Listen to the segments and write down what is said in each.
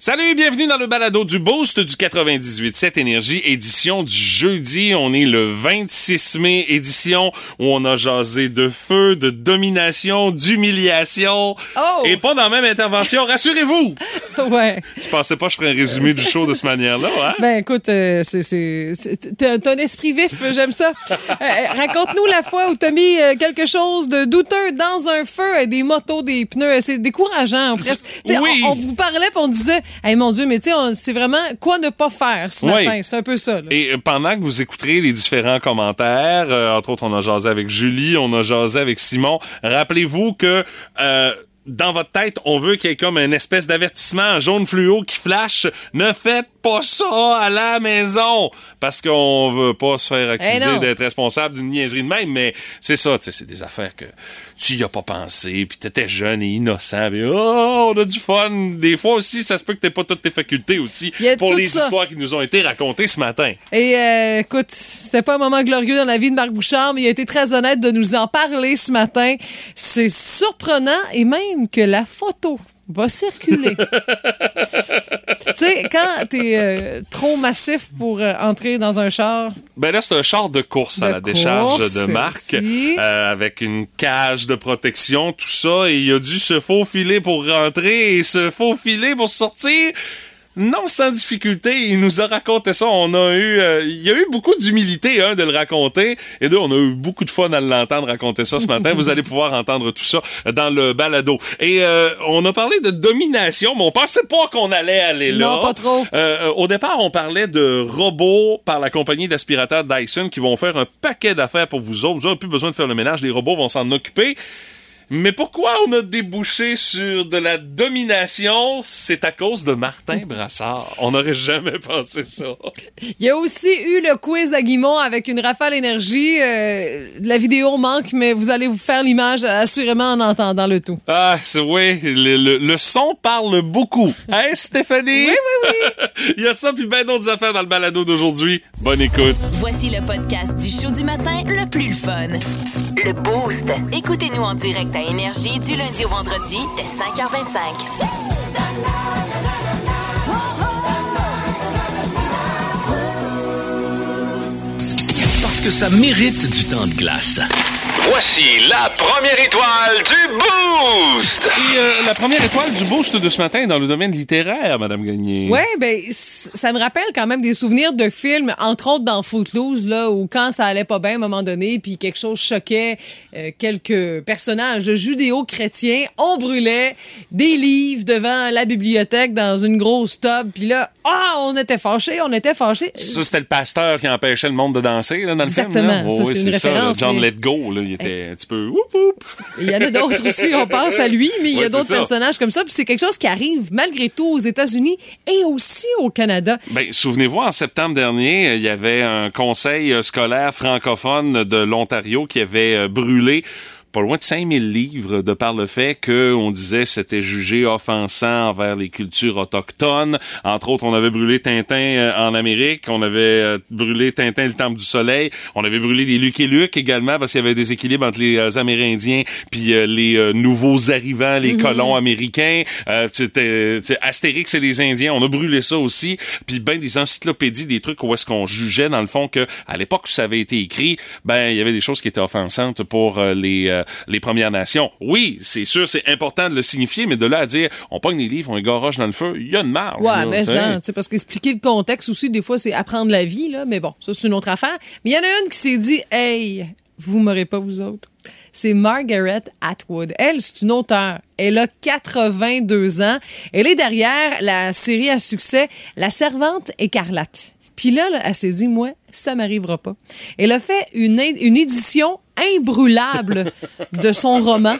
Salut, bienvenue dans le balado du Boost du 98.7 Énergie, édition du jeudi. On est le 26 mai, édition où on a jasé de feu, de domination, d'humiliation. Oh! Et pas dans la même intervention, rassurez-vous! Ouais. Tu pensais pas que je ferais un résumé du show de cette manière-là, hein? Ben écoute, euh, c'est- c'est c'est- t'as t'as un esprit vif, j'aime ça. Euh, euh, Raconte-nous la fois où t'as mis euh, quelque chose de douteux dans un feu, euh, des motos, des pneus, Euh, c'est décourageant presque. Tu sais, Oui. On, on vous parlait, puis on disait, hey mon Dieu, mais tu sais, on- c'est vraiment quoi ne pas faire ce Oui. matin. C'est un peu ça. là. Et euh, pendant que vous écouterez les différents commentaires, euh, entre autres, on a jasé avec Julie, on a jasé avec Simon, rappelez-vous que... euh, dans votre tête, on veut qu'il y ait comme une espèce d'avertissement un jaune fluo qui flash. Ne faites pas ça à la maison! Parce qu'on veut pas se faire Eh accuser non. d'être responsable d'une niaiserie de même, mais c'est ça, tu sais, c'est des affaires que tu y as pas pensé, puis t'étais jeune et innocent, puis oh, on a du fun! Des fois aussi, ça se peut que t'aies pas toutes tes facultés aussi Il y a pour tout les ça. histoires qui nous ont été racontées ce matin. Et euh, écoute, c'était pas un moment glorieux dans la vie de Marc Bouchard, mais il a été très honnête de nous en parler ce matin. C'est surprenant et même que la photo va circuler. tu sais, quand t'es euh, trop massif pour euh, entrer dans un char, Ben là, c'est un char de course à De la décharge course, de Marc, merci. euh, avec une cage de protection, tout ça, et il a dû se faufiler pour rentrer et se faufiler pour sortir. Non sans difficulté, il nous a raconté ça. On a eu, euh, il y a eu beaucoup d'humilité un de le raconter, et deux on a eu beaucoup de fun à l'entendre raconter ça ce matin. Vous allez pouvoir entendre tout ça dans le balado. Et euh, on a parlé de domination, mais on pensait pas qu'on allait aller là. Non, pas trop. Euh, euh, au départ, on parlait de robots par la compagnie d'aspirateurs Dyson qui vont faire un paquet d'affaires pour vous autres. Vous n'aurez plus besoin de faire le ménage, les robots vont s'en occuper. Mais pourquoi on a débouché sur de la domination? C'est à cause de Martin Brassard. On n'aurait jamais pensé ça. Il y a aussi eu le quiz à Guimont avec une rafale énergie. Euh, la vidéo manque, mais vous allez vous faire l'image assurément en entendant le tout. Ah, c'est oui, le, le- le son parle beaucoup. Hein, Stéphanie? Oui, oui, oui. Il y a ça puis bien d'autres affaires dans le balado d'aujourd'hui. Bonne écoute. Voici le podcast du show du matin le plus le fun. Le Boost. Écoutez-nous en direct à Énergie du lundi au vendredi dès 5h25. parce que ça mérite du temps de glace. Voici la première étoile du Boost! Et euh, la première étoile du boost de ce matin est dans le domaine littéraire, Madame Gagné. Ouais, ben c- ça me rappelle quand même des souvenirs de films, entre autres dans Footloose là, où quand ça allait pas bien à un moment donné, puis quelque chose choquait euh, quelques personnages judéo-chrétiens, on brûlait des livres devant la bibliothèque dans une grosse table, puis là, ah, on était fâchés, on était fâchés. Ça, c'était le pasteur qui empêchait le monde de danser là, dans le film. là. Exactement. Ça, oui, c'est une c'est ça. là, référence, John mais- Letgo, là, il était un petit peu oup, oup. Il y en a d'autres aussi, on pense à lui, mais il y Ouais, a c'est d'autres ça. personnages comme ça. Puis c'est quelque chose qui arrive malgré tout aux États-Unis et aussi au Canada. Ben, souvenez-vous, en septembre dernier, euh, il y avait un conseil euh, scolaire francophone de l'Ontario qui avait euh, brûlé pas loin de 5000 livres de par le fait que on disait c'était jugé offensant envers les cultures autochtones. Entre autres, on avait brûlé Tintin euh, en Amérique, on avait euh, brûlé Tintin le Temple du Soleil, on avait brûlé les Lucky Luke également parce qu'il y avait des équilibres entre les euh, Amérindiens puis euh, les euh, nouveaux arrivants, les colons américains. Euh, c'était- c'était Astérix et les Indiens, on a brûlé ça aussi. Puis ben des encyclopédies, des trucs où est-ce qu'on jugeait dans le fond que à l'époque où ça avait été écrit, ben il y avait des choses qui étaient offensantes pour euh, les euh, les Premières Nations. Oui, c'est sûr, c'est important de le signifier, mais de là à dire on pogne les livres, on les garoche dans le feu, il y a une marge. Ouais, là, mais tu sais. ça, tu sais, parce qu'expliquer le contexte aussi, des fois, c'est apprendre la vie, là. Mais bon, ça, c'est une autre affaire. Mais il y en a une qui s'est dit, hey, vous m'aurez pas, vous autres. C'est Margaret Atwood. Elle, c'est une auteure. Elle a 82 ans. Elle est derrière la série à succès La Servante écarlate. Puis là, là, elle s'est dit, moi, ça m'arrivera pas. Elle a fait une, in- une édition imbrûlable de son roman.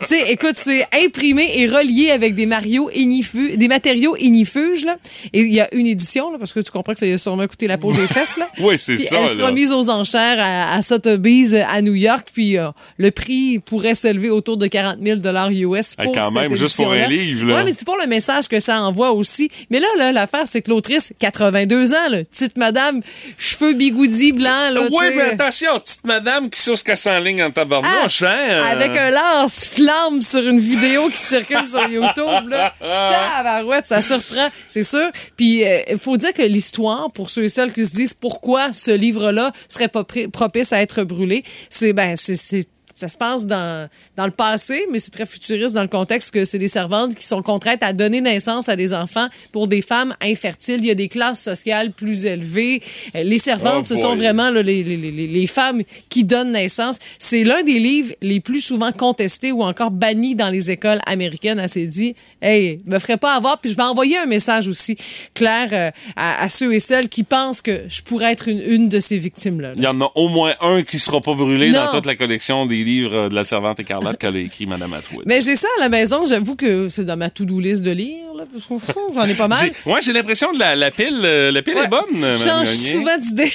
Tu sais, écoute, c'est imprimé et relié avec des, Mario ignifu- des matériaux ignifuges. Là. Et il y a une édition, là, parce que tu comprends que ça lui a sûrement coûté la peau des fesses. Là. Oui, c'est Puis ça, Elle sera là. mise aux enchères à, à Sotheby's euh, à New York. Puis euh, le prix pourrait s'élever autour de 40 000 US Ah, pour quand cette même, juste pour un édition-là. livre, là. Ouais, mais c'est pour le message que ça envoie aussi. Mais là, là, l'affaire, c'est que l'autrice, 82 ans, là, petite madame, cheveux bigoudis blancs. Là, tu Oui, sais. Ah, mais attention, petite madame qui sur jusqu'à 100 lignes en tabarnouche, hein? Avec un lance-flamme sur une vidéo qui circule sur YouTube. Là. Tabarouette, ça surprend, c'est sûr. Puis il faut dire que l'histoire, pour ceux et celles qui se disent pourquoi ce livre-là serait pas pri- propice à être brûlé, c'est ben c'est- c'est ça se passe dans, dans le passé, mais c'est très futuriste dans le contexte que c'est des servantes qui sont contraintes à donner naissance à des enfants pour des femmes infertiles. Il y a des classes sociales plus élevées. Euh, Les servantes, Oh ce sont boy. vraiment là, les, les- les- les femmes qui donnent naissance. C'est l'un des livres les plus souvent contestés ou encore bannis dans les écoles américaines. Elle s'est dit, hey, me ferait pas avoir, puis je vais envoyer un message aussi clair euh, à, à ceux et celles qui pensent que je pourrais être une, une de ces victimes-là. là. Il y en a au moins un qui sera pas brûlé dans Non. toute la collection des livres euh, de la servante écarlate qu'elle a écrit, Madame Atwood. Mais j'ai ça à la maison, j'avoue que c'est dans ma to-do list de lire, là, parce que pff, j'en ai pas mal. J'ai- Ouais, j'ai l'impression que la, la pile, euh, la pile Ouais. est bonne. euh, Je Madame change Meunier. souvent d'idée.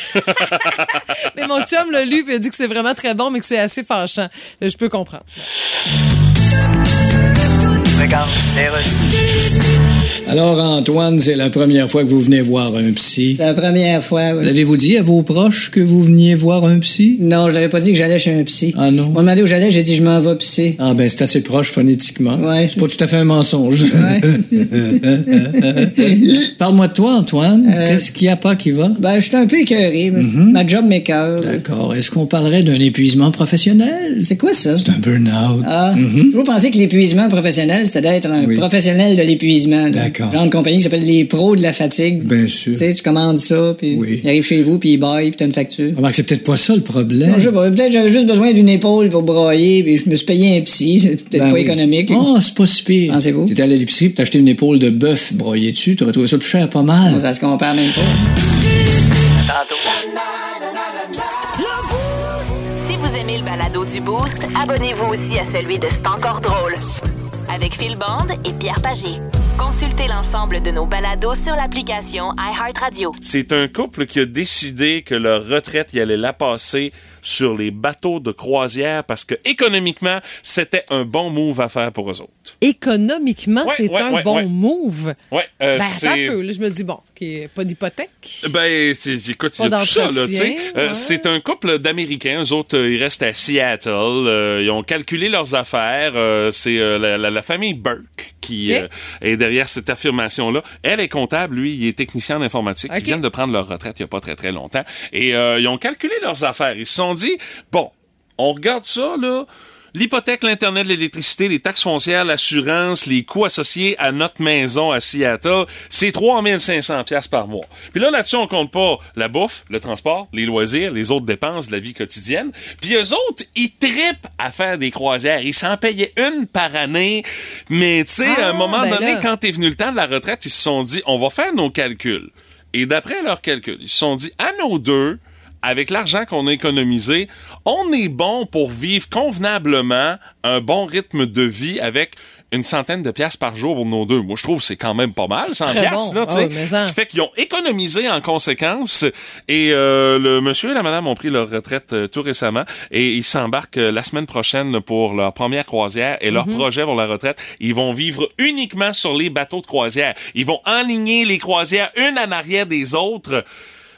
mais mon chum l'a lu et a dit que c'est vraiment très bon, mais que c'est assez fâchant. Je peux comprendre. Alors, Antoine, c'est la première fois que vous venez voir un psy. La première fois, oui. L'avez-vous dit à vos proches que vous veniez voir un psy? Non, je l'avais pas dit que j'allais chez un psy. Ah non? On m'a demandé où j'allais, j'ai dit je m'en vais psy. Ah ben, c'est assez proche phonétiquement. Ouais. C'est pas tout à fait un mensonge. Ouais. Parle-moi de toi, Antoine. Qu'est-ce qu'il y a pas qui va? Euh, Mhm. Ben, je suis un peu écœuré. mais Ma job m'écœure. D'accord. Est-ce qu'on parlerait d'un épuisement professionnel? C'est quoi ça? C'est un burn-out. Mhm. Ah, je vous pensais que l'épuisement professionnel, c'était d'être un Oui. professionnel de l'épuisement. là. D'accord. Genre de compagnie qui s'appelle les pros de la fatigue. Bien sûr. Tu sais, tu commandes ça, puis Oui. Ah, il arrive chez vous, puis il baille, puis t'as une facture. Remarque, c'est peut-être pas ça le problème. Non, je sais pas, peut-être j'avais juste besoin d'une épaule pour broyer, puis je me suis payé un psy, c'est peut-être Ben pas oui. économique. Oh, c'est pas si pire. Pensez-vous? T'étais allé à l'épicerie, puis t'as acheté une épaule de bœuf broyée dessus. T'aurais trouvé ça plus cher, pas mal. Ça se compare même pas. Si vous aimez le balado du Boost, abonnez-vous aussi à celui de C'est encore drôle. Avec Phil Bond et Pierre Pagé. Consultez l'ensemble de nos balados sur l'application iHeartRadio. C'est un couple qui a décidé que leur retraite, il allait la passer sur les bateaux de croisière parce que économiquement, c'était un bon move à faire pour eux autres. Économiquement, Ouais, c'est ouais, un ouais, bon ouais. move. Ouais, euh, Ben, attends un c'est peu. là, je me dis, bon, OK, pas d'hypothèque. Ben, c'est- écoute, il y a Pas tout ça, là, tu sais. d'entretien, Euh, ouais. C'est un couple d'Américains. Eux autres, euh, ils restent à Seattle. Euh, ils ont calculé leurs affaires. Euh, c'est euh, la, la- la famille Burke qui Ok. euh, est derrière cette affirmation-là. Elle est comptable, lui, il est technicien en informatique. Ok. Ils viennent de prendre leur retraite il n'y a pas très, très longtemps. Et euh, ils ont calculé leurs affaires. Ils se sont dit, bon, on regarde ça, là. L'hypothèque, l'Internet, l'électricité, les taxes foncières, l'assurance, les coûts associés à notre maison à Seattle, c'est 3500 pièces par mois. Puis là, là-dessus, on compte pas la bouffe, le transport, les loisirs, les autres dépenses de la vie quotidienne. Puis eux autres, ils tripent à faire des croisières. Ils s'en payaient une par année. Mais tu sais, à un Ah, moment ben donné, là. quand est venu le temps de la retraite, ils se sont dit, on va faire nos calculs. Et d'après leurs calculs, ils se sont dit, à nos deux, avec l'argent qu'on a économisé, on est bon pour vivre convenablement un bon rythme de vie avec une centaine de piastres par jour pour nos deux. Moi, je trouve que c'est quand même pas mal, 100 Très piastres, bon. là, tu sais. Ah oui, mais ça. Ce qui fait qu'ils ont économisé en conséquence. Et euh, le monsieur et la madame ont pris leur retraite euh, tout récemment et ils s'embarquent euh, la semaine prochaine pour leur première croisière et leur Mhm. projet pour la retraite. Ils vont vivre uniquement sur les bateaux de croisière. Ils vont enligner les croisières une en arrière des autres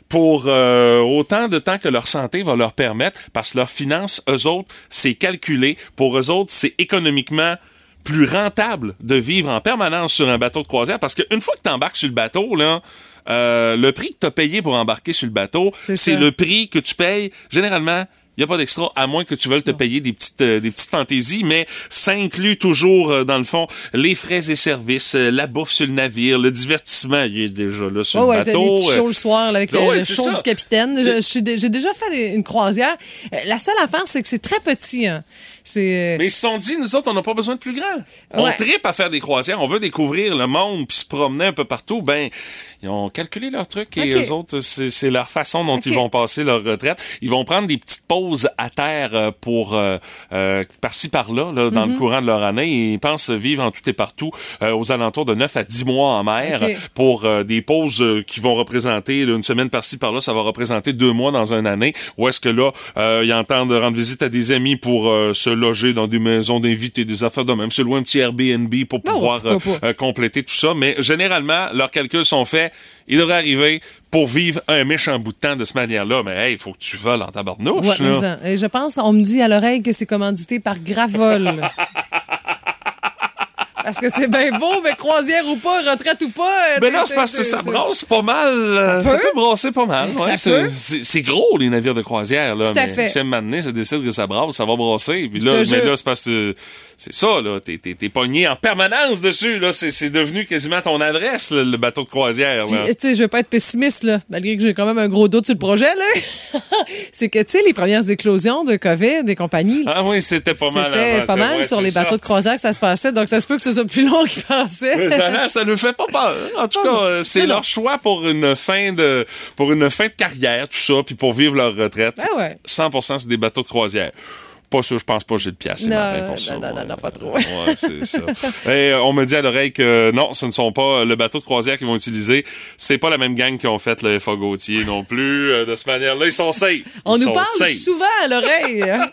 pour euh, autant de temps que leur santé va leur permettre, parce que leurs finances, eux autres, c'est calculé. Pour eux autres, c'est économiquement plus rentable de vivre en permanence sur un bateau de croisière, parce qu'une fois que tu embarques sur le bateau, là, euh, le prix que tu as payé pour embarquer sur le bateau, C'est c'est ça. le prix que tu payes généralement. Il n'y a pas d'extra, à moins que tu veuilles te payer des petites, euh, des petites fantaisies, mais ça inclut toujours, euh, dans le fond, les frais et services, euh, la bouffe sur le navire, le divertissement, il est déjà là sur Ouais, le Oh, ouais, t'as bateau. des petits euh, shows le soir là, avec le- ouais, le c'est show ça. du capitaine. Je- je suis dé- J'ai déjà fait des- une croisière. Euh, La seule affaire, c'est que c'est très petit. hein. C'est Mais ils se sont dit, nous autres, on n'a pas besoin de plus grand. On Ouais. tripe à faire des croisières, on veut découvrir le monde puis se promener un peu partout. Ben, ils ont calculé leur truc et Ok. eux autres, c'est c'est leur façon dont Ok. ils vont passer leur retraite. Ils vont prendre des petites pauses à terre euh, pour euh, euh, par-ci par-là, là, Mhm. dans le courant de leur année. Ils pensent vivre en tout et partout euh, aux alentours de 9 à 10 mois en mer Ok. pour euh, des pauses euh, qui vont représenter là, une semaine par-ci par-là, ça va représenter deux mois dans une année. Ou est-ce que là, euh, ils entendent rendre visite à des amis pour euh, se loger dans des maisons d'invités, des affaires de même. C'est loin un petit Airbnb pour Non, pouvoir euh, pourquoi pas. euh, compléter tout ça. Mais généralement, leurs calculs sont faits. Il devrait arriver pour vivre un méchant bout de temps de cette manière-là. Mais hey, il faut que tu voles en tabarnouche. Ouais, là. mais ça. Et je pense, on me dit à l'oreille que c'est commandité par Gravol. Parce que c'est bien beau, mais croisière ou pas, retraite ou pas. euh, Ben là, t'es- c'est parce que t'es- ça t'es- brosse pas mal. euh, Ça Ça peut. peut brasser pas mal. Ça ouais, peut. c'est- c'est c'est gros, les navires de croisière. Là, Tout à mais fait. Si à un moment donné, ça décide que ça brasse, ça va brasser. Puis là, te mais jure. là, c'est parce que c'est ça, là. T'es, t'es, t'es pogné en permanence dessus. Là. C'est, c'est devenu quasiment ton adresse, le, le bateau de croisière. Puis, Là. tu sais, je veux pas être pessimiste, là, malgré que j'ai quand même un gros doute sur le projet, là. c'est que, tu sais, les premières éclosions de COVID des compagnies, là, Ah oui, c'était pas mal. c'était avant, pas c'est mal vrai, sur c'est les ça. bateaux de croisière que ça se passait, donc ça se peut que ce soit plus long qu'ils pensaient. Mais ça, ne- ça ne fait pas peur. En tout cas, euh, c'est Mais non. leur choix pour une fin de pour une fin de carrière, tout ça, puis pour vivre leur retraite. Ben ouais. 100% sur des bateaux de croisière. Pas sûr, je pense pas que j'ai le pièce. Non, Non, non, pour ça. non, non, Ouais. non, pas trop. Ouais, c'est ça. Et euh, on me dit à l'oreille que non, ce ne sont pas euh, le bateau de croisière qu'ils vont utiliser. C'est pas la même gang qui ont fait le Fogotier non plus. Euh, De cette manière-là, ils sont safe. On Ils nous sont parle safe. souvent à l'oreille. hein.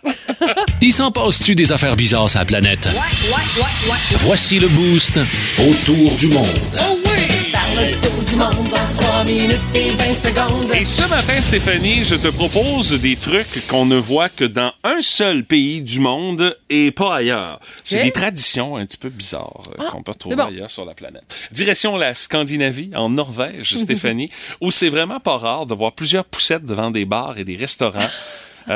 Il s'en passe-tu des affaires bizarres sur la planète? Voici le boost autour du monde. Et ce matin, Stéphanie, je te propose des trucs qu'on ne voit que dans un seul pays du monde et pas ailleurs. C'est Ok. Ah, des traditions un petit peu bizarres euh, qu'on peut trouver bon. ailleurs sur la planète. Direction la Scandinavie, en Norvège, Stéphanie, où c'est vraiment pas rare de voir plusieurs poussettes devant des bars et des restaurants. Euh,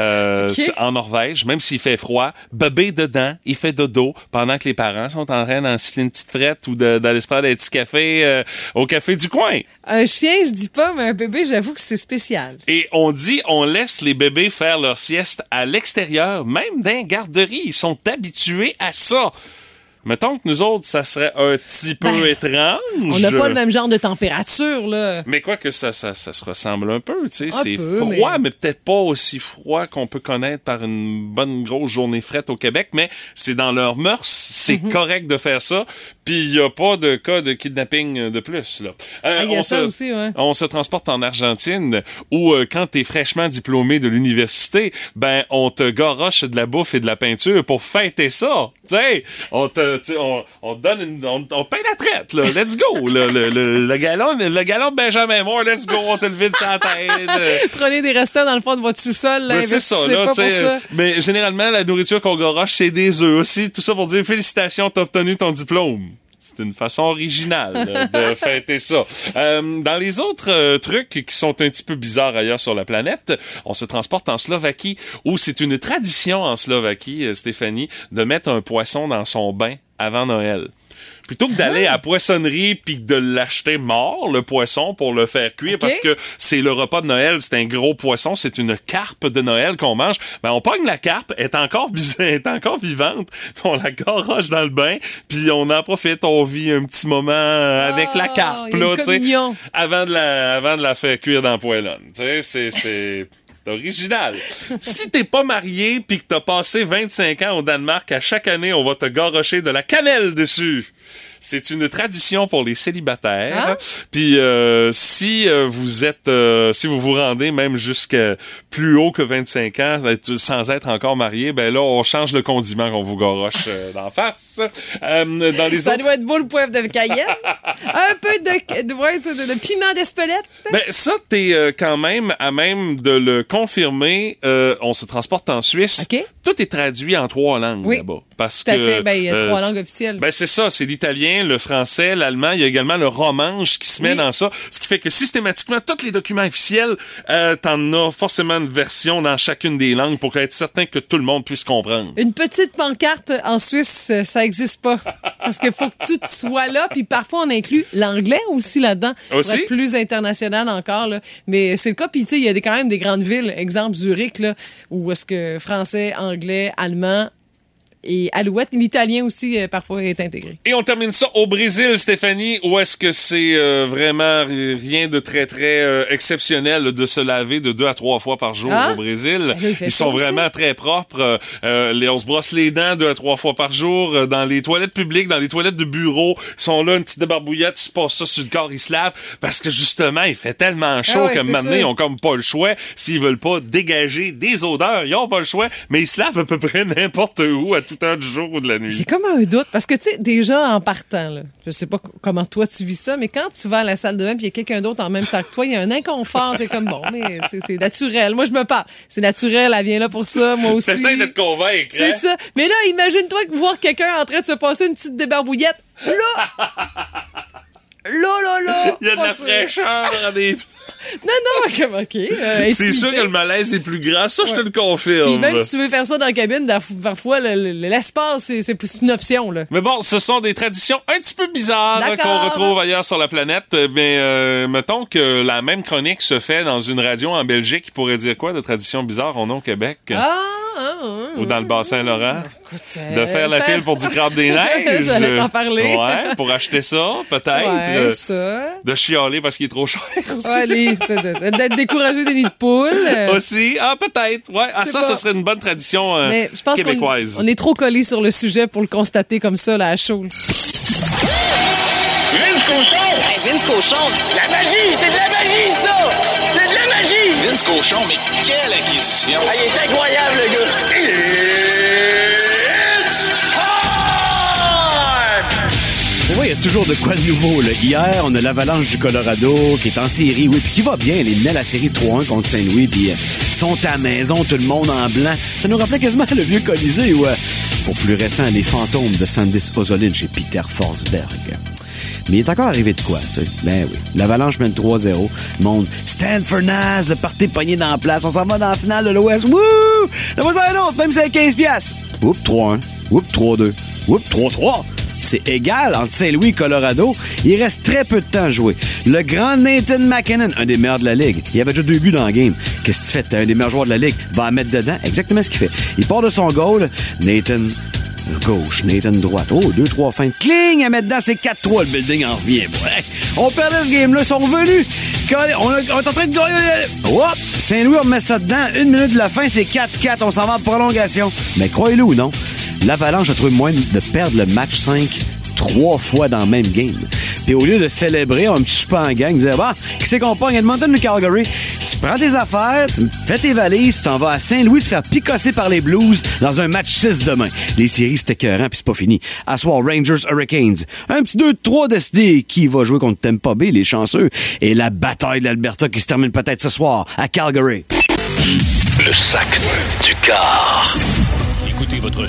Ok. En Norvège, même s'il fait froid, bébé dedans, il fait dodo pendant que les parents sont en train d'en siffler une petite frette ou de- d'aller se prendre un petit café euh, au café du coin. Un chien, je dis pas, mais un bébé, j'avoue que c'est spécial. Et on dit, on laisse les bébés faire leur sieste à l'extérieur, même dans les garderies. Ils sont habitués à ça. Mettons que nous autres, ça serait un petit peu Ben, étrange. On n'a pas le même genre de température, là. Mais quoi que ça, ça, ça se ressemble un peu, tu sais, Un c'est peu, froid, mais, mais- peut-être pas aussi froid qu'on peut connaître par une bonne grosse journée frette au Québec, mais c'est dans leurs mœurs, c'est Mhm. correct de faire ça, puis il y a pas de cas de kidnapping de plus, là. Euh, Ah, il y a on ça se- aussi, ouais. Euh, On se transporte en Argentine, où euh, quand t'es fraîchement diplômé de l'université, ben, on te garoche de la bouffe et de la peinture pour fêter ça, tu sais. On te, tu sais, on, on te donne une, on, on peint la traite, là. Let's go, là. Le, le, le galon, le galon de Benjamin Moore, let's go, on te le vide sur la tête. Euh, Prenez des restants dans le fond de votre sous-sol, là. ben, c'est ça, investissez là, pas tu pour sais. ça. Mais généralement, la nourriture qu'on garoche, c'est des œufs aussi. Tout ça pour dire félicitations, t'as obtenu ton diplôme. C'est une façon originale de fêter ça. Euh, dans les autres euh, trucs qui sont un petit peu bizarres ailleurs sur la planète, on se transporte en Slovaquie, où c'est une tradition en Slovaquie, euh, Stéphanie, de mettre un poisson dans son bain avant Noël. Plutôt que d'aller Ah. à la poissonnerie puis de l'acheter mort, le poisson, pour le faire cuire, parce que c'est le repas de Noël, c'est un gros poisson, c'est une carpe de Noël qu'on mange. Ben, on pogne la carpe, elle est encore, vis- elle est encore vivante, puis on la garoche dans le bain, puis on en profite, on vit un petit moment euh, avec la Oh, carpe, il y a là, une tu sais, communion. avant, de la- avant de la faire cuire dans le poêlon. Tu sais, c'est- c'est... C'est original. si t'es pas marié puis que t'as passé 25 ans au Danemark, à chaque année, on va te garocher de la cannelle dessus. C'est une tradition pour les célibataires. Hein? Puis euh, si euh, vous êtes, euh, si vous vous rendez même jusqu'à plus haut que 25 ans être- sans être encore marié, ben là on change le condiment qu'on vous garoche euh, d'en face. Euh, dans les Ça autres, doit être beau le poivre de cayenne. un peu de, de, ouais, ça, de- de piment d'espelette. ben ça t'es euh, quand même à même de le confirmer. Euh, on se transporte en Suisse. OK. Tout est traduit en trois langues Oui. là-bas parce Tout à que fait. Ben, il y a euh, trois langues officielles. Ben c'est ça, c'est l'italien, le français, l'allemand. Il y a également le romanche qui se met Oui. dans ça, ce qui fait que systématiquement tous les documents officiels, euh, t'en as forcément une version dans chacune des langues pour être certain que tout le monde puisse comprendre. Une petite pancarte en Suisse, euh, ça n'existe pas. Parce qu'il faut que tout soit là. Puis parfois, on inclut l'anglais aussi là-dedans. Aussi? Pour être plus international encore. Là. Mais c'est le cas. Puis, tu sais, il y a des- quand même des grandes villes. Exemple, Zurich, là, où est-ce que français, anglais, allemand, et alouette. L'italien aussi, euh, parfois, est intégré. Et on termine ça au Brésil, Stéphanie, où est-ce que c'est euh, vraiment rien de très, très euh, exceptionnel de se laver de deux à trois fois par jour Ah! au Brésil? Ben là, il fait Ils sont chaud aussi. vraiment très propres. Euh, euh, les- on se brosse les dents deux à trois fois par jour euh, dans les toilettes publiques, dans les toilettes de bureau. Ils sont là, une petite débarbouillette, ils se passent ça sur le corps, ils se lavent parce que justement, il fait tellement chaud Ah ouais, que c'est maintenant, sûr. ils ont comme pas le choix. S'ils veulent pas dégager des odeurs, ils ont pas le choix, mais ils se lavent à peu près n'importe où à toute heure du jour ou de la nuit. J'ai comme un doute parce que, tu sais, déjà en partant, là, je sais pas co- comment toi tu vis ça, mais quand tu vas à la salle de bain puis il y a quelqu'un d'autre en même temps que toi, il y a un inconfort. T'es comme bon, mais tu sais, c'est naturel. Moi, je me parle. C'est naturel, elle vient là pour ça, moi aussi. T'essayes de te convaincre. C'est hein? ça. Mais là, imagine-toi que voir quelqu'un en train de se passer une petite débarbouillette. Là! Là, là, là! Il y a de Pas la sûr. fraîcheur. dans des- Non, non, comme, OK. euh, C'est intimité. sûr que le malaise est plus grand. Ça, je te le Puis confirme. même si tu veux faire ça dans la cabine, darf- parfois, le- le- l'espace, c'est- c'est plus une option, là. Mais bon, ce sont des traditions un petit peu bizarres hein, qu'on D'accord. retrouve ailleurs sur la planète. Euh, Mais euh, mettons que la même chronique se fait dans une radio en Belgique qui pourrait dire quoi de traditions bizarres on a au Québec euh, Ah, ah, ah, ou dans le Bas-Saint-Laurent? Écoute, De euh, faire la file pour du crabe des neiges. J'allais t'en parler. Ouais, pour acheter ça, peut-être. Ouais, Euh, ça. de chialer parce qu'il est trop cher. Ouais, les- t- t- D'être découragé des nids de poule. euh, Aussi. Ah, peut-être. Ouais. Ah, C'est ça, pas- ce serait une bonne tradition euh, Mais je pense qu'on québécoise. on est trop collé sur le sujet pour le constater comme ça, là, à chaud. là. Vince Cochon! La magie! C'est de la magie, ça! C'est de la magie! Vince Cochon, mais quelle acquisition! Ah, il est incroyable, le gars! It's time! Pour moi, il y a toujours de quoi de nouveau. Là. Hier, on a l'Avalanche du Colorado qui est en série, oui, puis qui va bien. Les menait la série 3-1 contre Saint-Louis, puis euh, ils sont à la maison, tout le monde en blanc. Ça nous rappelait quasiment le vieux Colisée ou, euh, pour plus récent, les fantômes de Sandis Ozolin chez Peter Forsberg. Mais il est encore arrivé de quoi, tu sais. Ben oui. L'Avalanche mène 3-0. Le monde, Stanford Nas, le parti pogné dans la place. On s'en va dans la finale de l'Ouest. Wouh! Le voisin un autre, même si c'est 15 piastres. Oups, 3-1. Oups, 3-2. Oups, 3-3. C'est égal entre Saint-Louis et Colorado. Il reste très peu de temps à jouer. Le grand Nathan McKinnon, un des meilleurs de la Ligue, il avait déjà deux buts dans le game. Qu'est-ce que tu fais? T'es un des meilleurs joueurs de la Ligue. Va en mettre dedans. Exactement ce qu'il fait. Il part de son goal. Nathan gauche, Nathan droite. Oh, deux, trois feintes. Cling! À mettre dedans, c'est 4-3. Le building en revient. Ouais. On perdait ce game-là. Ils sont revenus. Colin- On, a- on est en train de gagner. Hop! Saint-Louis, on remet ça dedans. Une minute de la fin, c'est 4-4. On s'en va en prolongation. Mais croyez-le ou non, l'Avalanche a trouvé moyen de perdre le match 5 trois fois dans le même game. Puis au lieu de célébrer un petit pas en gang, dire bah, qui c'est qu'on pogne Edmonton ou Calgary, tu prends tes affaires, tu fais tes valises, tu t'en vas à Saint-Louis te faire picosser par les Blues dans un match 6 demain. Les séries, c'était écœurant, puis c'est pas fini. À soir, Rangers Hurricanes. Un petit 2-3 décidé qui va jouer contre Tampa Bay, les chanceux. Et la bataille de l'Alberta qui se termine peut-être ce soir à Calgary. Le sac du car. Écoutez votre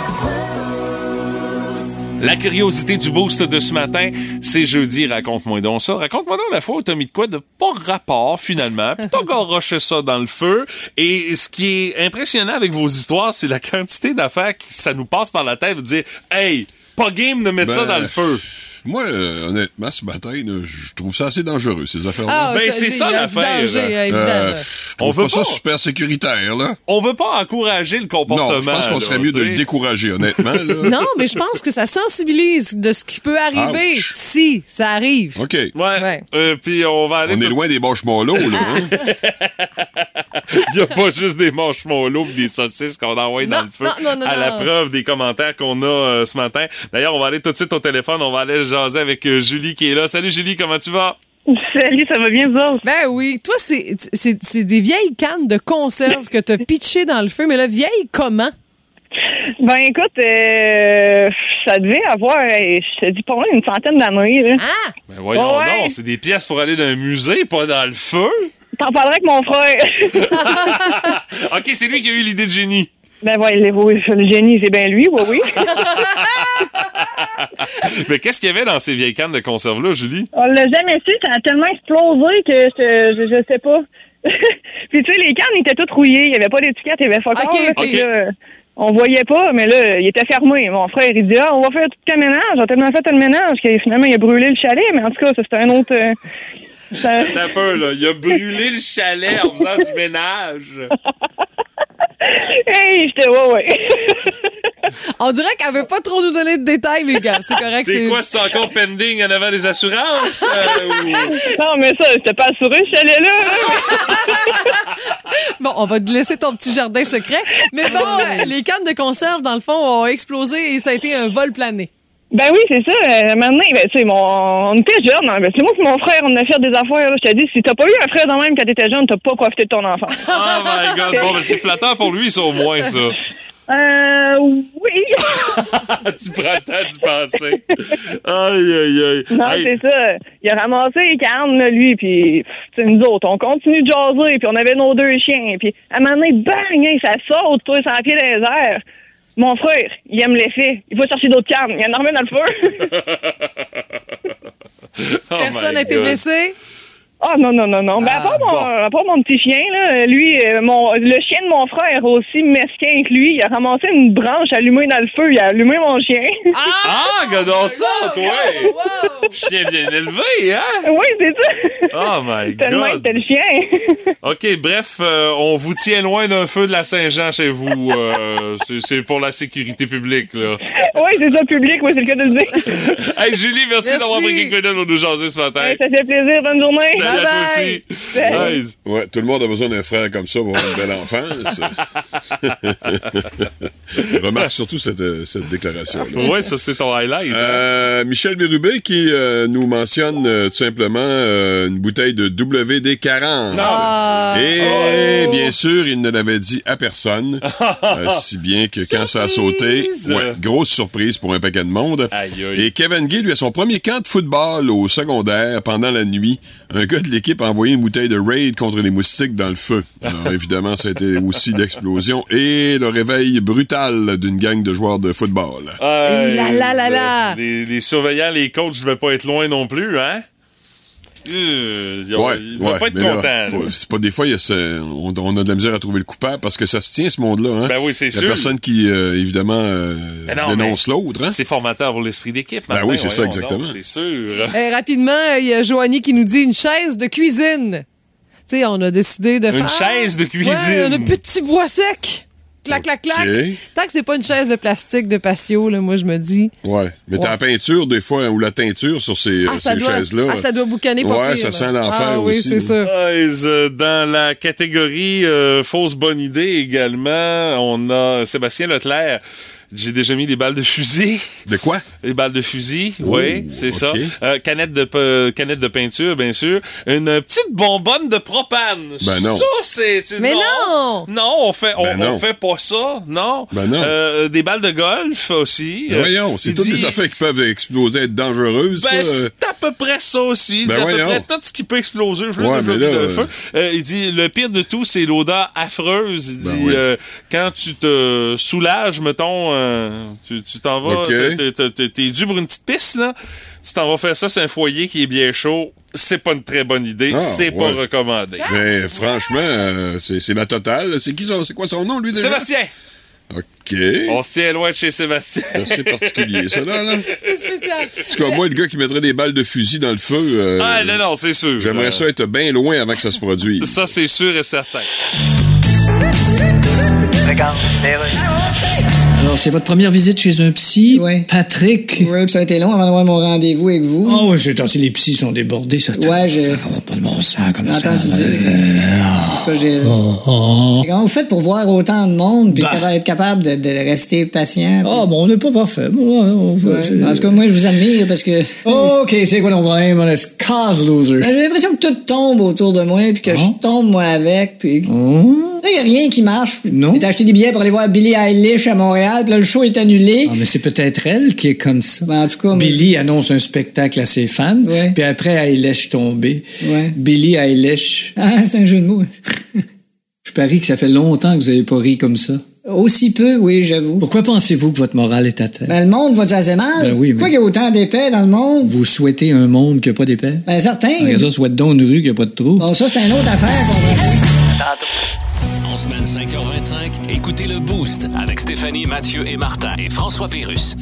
La curiosité du boost de ce matin, c'est jeudi, raconte-moi donc ça. Raconte-moi donc la fois où t'as mis de quoi de pas rapport, finalement. Puis T'as garoché ça dans le feu. Et ce qui est impressionnant avec vos histoires, c'est la quantité d'affaires qui, ça nous passe par la tête de dire, hey, pas game de mettre ça dans le feu. Ben, Moi, euh, honnêtement, ce matin, là, je trouve ça assez dangereux, ces affaires-là. Ah, Ben, c'est ça, il y a du l'affaire. hein. danger, euh, évident, Euh, là. je On trouve veut pas, pas. ça super sécuritaire, là. On veut pas encourager le comportement. Non, je pense qu'on là, serait mieux de tu sais. le décourager, honnêtement. là. Non, mais je pense que ça sensibilise de ce qui peut arriver Ouch. si ça arrive. OK. Ouais. Ouais. Euh, puis on va aller. On est loin des bâches mollo, là. hein. Il y a pas juste des manches mollo pis des saucisses qu'on envoie dans Non, le feu. non, non, non, à la non. preuve des commentaires qu'on a euh, ce matin. D'ailleurs, on va aller tout de suite au téléphone. On va aller jaser avec euh, Julie qui est là. Salut Julie, comment tu vas? Salut, ça va bien, vous autres? Ben oui, toi, c'est- c'est c'est des vieilles cannes de conserve que t'as pitchées dans le feu, mais là, vieille comment? Ben, écoute, euh, ça devait avoir, euh, je te dis, pour moi, une centaine d'années. là. Ah! Ben voyons Ouais. donc, c'est des pièces pour aller dans un musée, pas dans le feu. T'en parleras avec mon frère. OK, c'est lui qui a eu l'idée de génie. ben, ouais, le, oui, le génie, c'est bien lui, oui, oui. Mais qu'est-ce qu'il y avait dans ces vieilles cannes de conserve-là, Julie? On l'a jamais su, ça a tellement explosé que je, je, je sais pas. Puis tu sais, les cannes étaient toutes rouillées. Il n'y avait pas d'étiquette, il y avait fuck all, là, ok. fait que là, on voyait pas, mais là, il était fermé. Mon frère, il dit Ah, on va faire tout le ménage. On a tellement fait le ménage que finalement, il a brûlé le chalet. Mais en tout cas, ça, c'était un autre. euh, c'était un- T'as peur, là. Il a brûlé le chalet en faisant du ménage. hey, j'étais, ouais, ouais. On dirait qu'elle veut pas trop nous donner de détails, les gars. C'est correct. C'est quoi, c'est encore pending en avant des assurances? euh, ou- non, mais ça, c'était pas assuré, ce chalet-là. Bon, on va te laisser ton petit jardin secret. Mais bon, Ah, euh, les cannes de conserve, dans le fond, ont explosé et ça a été un vol plané. Ben oui, c'est ça. Euh, maintenant, ben, tu sais, mon- on était jeunes. hein. Ben, c'est moi et mon frère, on a fait des affaires. là. Je t'ai dit, si t'as pas eu un frère de même quand t'étais jeune, t'as pas profité de ton enfance. Oh my god. Bon, ben, c'est flatteur pour lui, ça, au moins, ça. Euh, oui. tu prends le temps d'y penser. Aïe, aïe, aïe. Non, Aïe. c'est ça. Il a ramassé les cannes, là, lui, puis pff, tu sais, nous autres, on continue de jaser, puis on avait nos deux chiens, puis à un moment donné, bang, hein, ça saute, toi, sans pied dans les airs. Mon frère, il aime l'effet. Il va chercher d'autres cannes. Il en remet dans le feu. Oh Personne n'a été blessé. Ah non, non, non, non. Ben, à, part Ah, mon, à part mon petit chien, là, lui, euh, mon, le chien de mon frère, aussi mesquin que lui, il a ramassé une branche allumée dans le feu. Il a allumé mon chien. Ah, regardons ça, toi! Chien bien élevé, hein? Ah! oui, c'est ça. Oh my Tellement god! était le chien. OK, bref, euh, on vous tient loin d'un feu de la Saint-Jean chez vous. euh, c'est- c'est pour la sécurité publique, là. oui, c'est ça, public, oui, c'est le cas de le dire. Hey, Julie, merci, Merci. d'avoir pris quelques minutes pour nous jaser ce matin. Ça fait plaisir. Bonne journée. Salut à toi aussi. Bye. Ouais, hein. ouais, tout le monde a besoin d'un frère comme ça pour avoir une belle enfance. Remarque surtout cette, euh, cette déclaration. Ouais, ça, c'est ton highlight. Euh, Michel Bérubé qui euh, nous mentionne euh, tout simplement euh, une bouteille de WD-40. Ah. Et bien sûr, il ne l'avait dit à personne. Euh, si bien que quand ça a sauté, ouais, grosse surprise pour un paquet de monde. Et Kevin Gay, lui, à son premier camp de football au secondaire, pendant la nuit, un gars de l'équipe a envoyé une bouteille de raid contre les moustiques dans le feu. Alors évidemment, ça a été aussi d'explosion et le réveil brutal d'une gang de joueurs de football. Aïe. La, la, la, la. euh, Les, les surveillants, les coachs, je vais pas être loin non plus, hein? Euh, ils ont- ils vont pas être mais là, contents. là. faut- c'est pas des fois, il y a ce- on, on a de la misère à trouver le coupable parce que ça se tient ce monde-là. Hein? Ben oui, c'est la sûr. personne qui euh, évidemment euh, Ben non, dénonce mais l'autre. Hein? C'est formateur pour l'esprit d'équipe. Ben Martin, oui, c'est ça, voyons donc, exactement. C'est sûr. Euh, rapidement, euh, il y a Joanie qui nous dit une chaise de cuisine. Tu sais, on a décidé de faire. Une chaise de cuisine. Ouais, on a plus de petits bois secs. Clac, clac, clac. Ok. Tant que c'est pas une chaise de plastique de patio, là, moi, je me dis. Ouais, mais t'as Ouais. la peinture des fois ou la teinture sur ces, euh, Ah, ça ces doit- chaises-là. ah, ça doit boucaner pas Ouais, pire, ça là. sent l'enfer Ah oui, aussi. c'est ça. Guys, euh, Dans la catégorie euh, fausse bonne idée également, on a Sébastien Leclerc. J'ai déjà mis des balles de fusil. De quoi? Oh, Des balles de fusil, oui, c'est ça. Euh, canette, de, pe- canette de peinture, bien sûr. Une petite bonbonne de propane. Ben non. Ça, c'est... c'est- Mais non! Non, on fait, on, Ben non. on fait pas ça, non. Ben non. Euh, des balles de golf aussi. Mais Ben voyons, c'est Il toutes dit- des affaires qui peuvent exploser, être dangereuses. ben, ça, euh. c'est à peu près ça aussi. Ben c'est à peu voyons. près tout ce qui peut exploser. Je Ouais, l'ai déjà mais vu là, dans le euh, feu. Euh, il dit, le pire de tout, c'est l'odeur affreuse. Il dit, Ben oui. euh, quand tu te soulages, mettons, euh, tu tu t'en vas, Ok. t'es- t'es- t'es- t'es- t'es dû pour une petite piste, là. Tu t'en vas faire ça c'est un foyer qui est bien chaud. C'est pas une très bonne idée. Ah, c'est pas ouais. Ah, recommandé. Ben, Mais franchement, euh, c'est c'est la totale. C'est qui son- c'est quoi son nom, lui, déjà? Sébastien! OK. On se tient loin de chez Sébastien. C'est particulier, ça, là, là. C'est spécial. En tout cas, moi, le gars qui mettrait des balles de fusil dans le feu. euh, Ah, non, non, c'est sûr. J'aimerais ça être bien loin avant que ça se produise. Ça, c'est sûr et certain. Alors, c'est votre première visite chez un psy, Patrick. Oui, puis ça a été long avant d'avoir mon rendez-vous avec vous. Ah oui, c'est ainsi, les psys sont débordés, ça. Ouais, j'ai Ça va pas de bon sens comme ça. entendu dire. Ah. En tout cas, j'ai- Ah. Comment vous faites pour voir autant de monde puis être capable de, de rester patient? Bah. Ah, bon, on n'est pas parfait. En tout cas, moi, je vous admire parce que. OK, c'est quoi ton problème? On est cause loser. Ben, J'ai l'impression que tout tombe autour de moi puis que Ah. je tombe moi avec puis. Là, il n'y a rien qui marche. Non. J'ai acheté des billets pour aller voir Billie Eilish à Montréal puis là, le show est annulé. Ben, Ah, mais c'est peut-être elle qui est comme ça. en tout cas, Billy annonce un spectacle à ses fans, puis après, elle lèche tomber. Ouais. Billy, elle lèche. Ah, c'est un jeu de mots. Je parie que ça fait longtemps que vous n'avez pas ri comme ça. Aussi peu, oui, j'avoue. Pourquoi pensez-vous que votre morale est à terre? Ben, le monde va-tu assez mal? Ben oui, mais- Pourquoi il y a autant d'épais dans le monde? Vous souhaitez un monde qui n'a pas d'épais? Ben, certains. Après ça, souhaite donc une rue qui n'a pas de trou. Bon, ça, c'est une autre affaire qu'on va- En semaine 5h25, écoutez le Boost avec Stéphanie, Mathieu et Martin et François Pérus.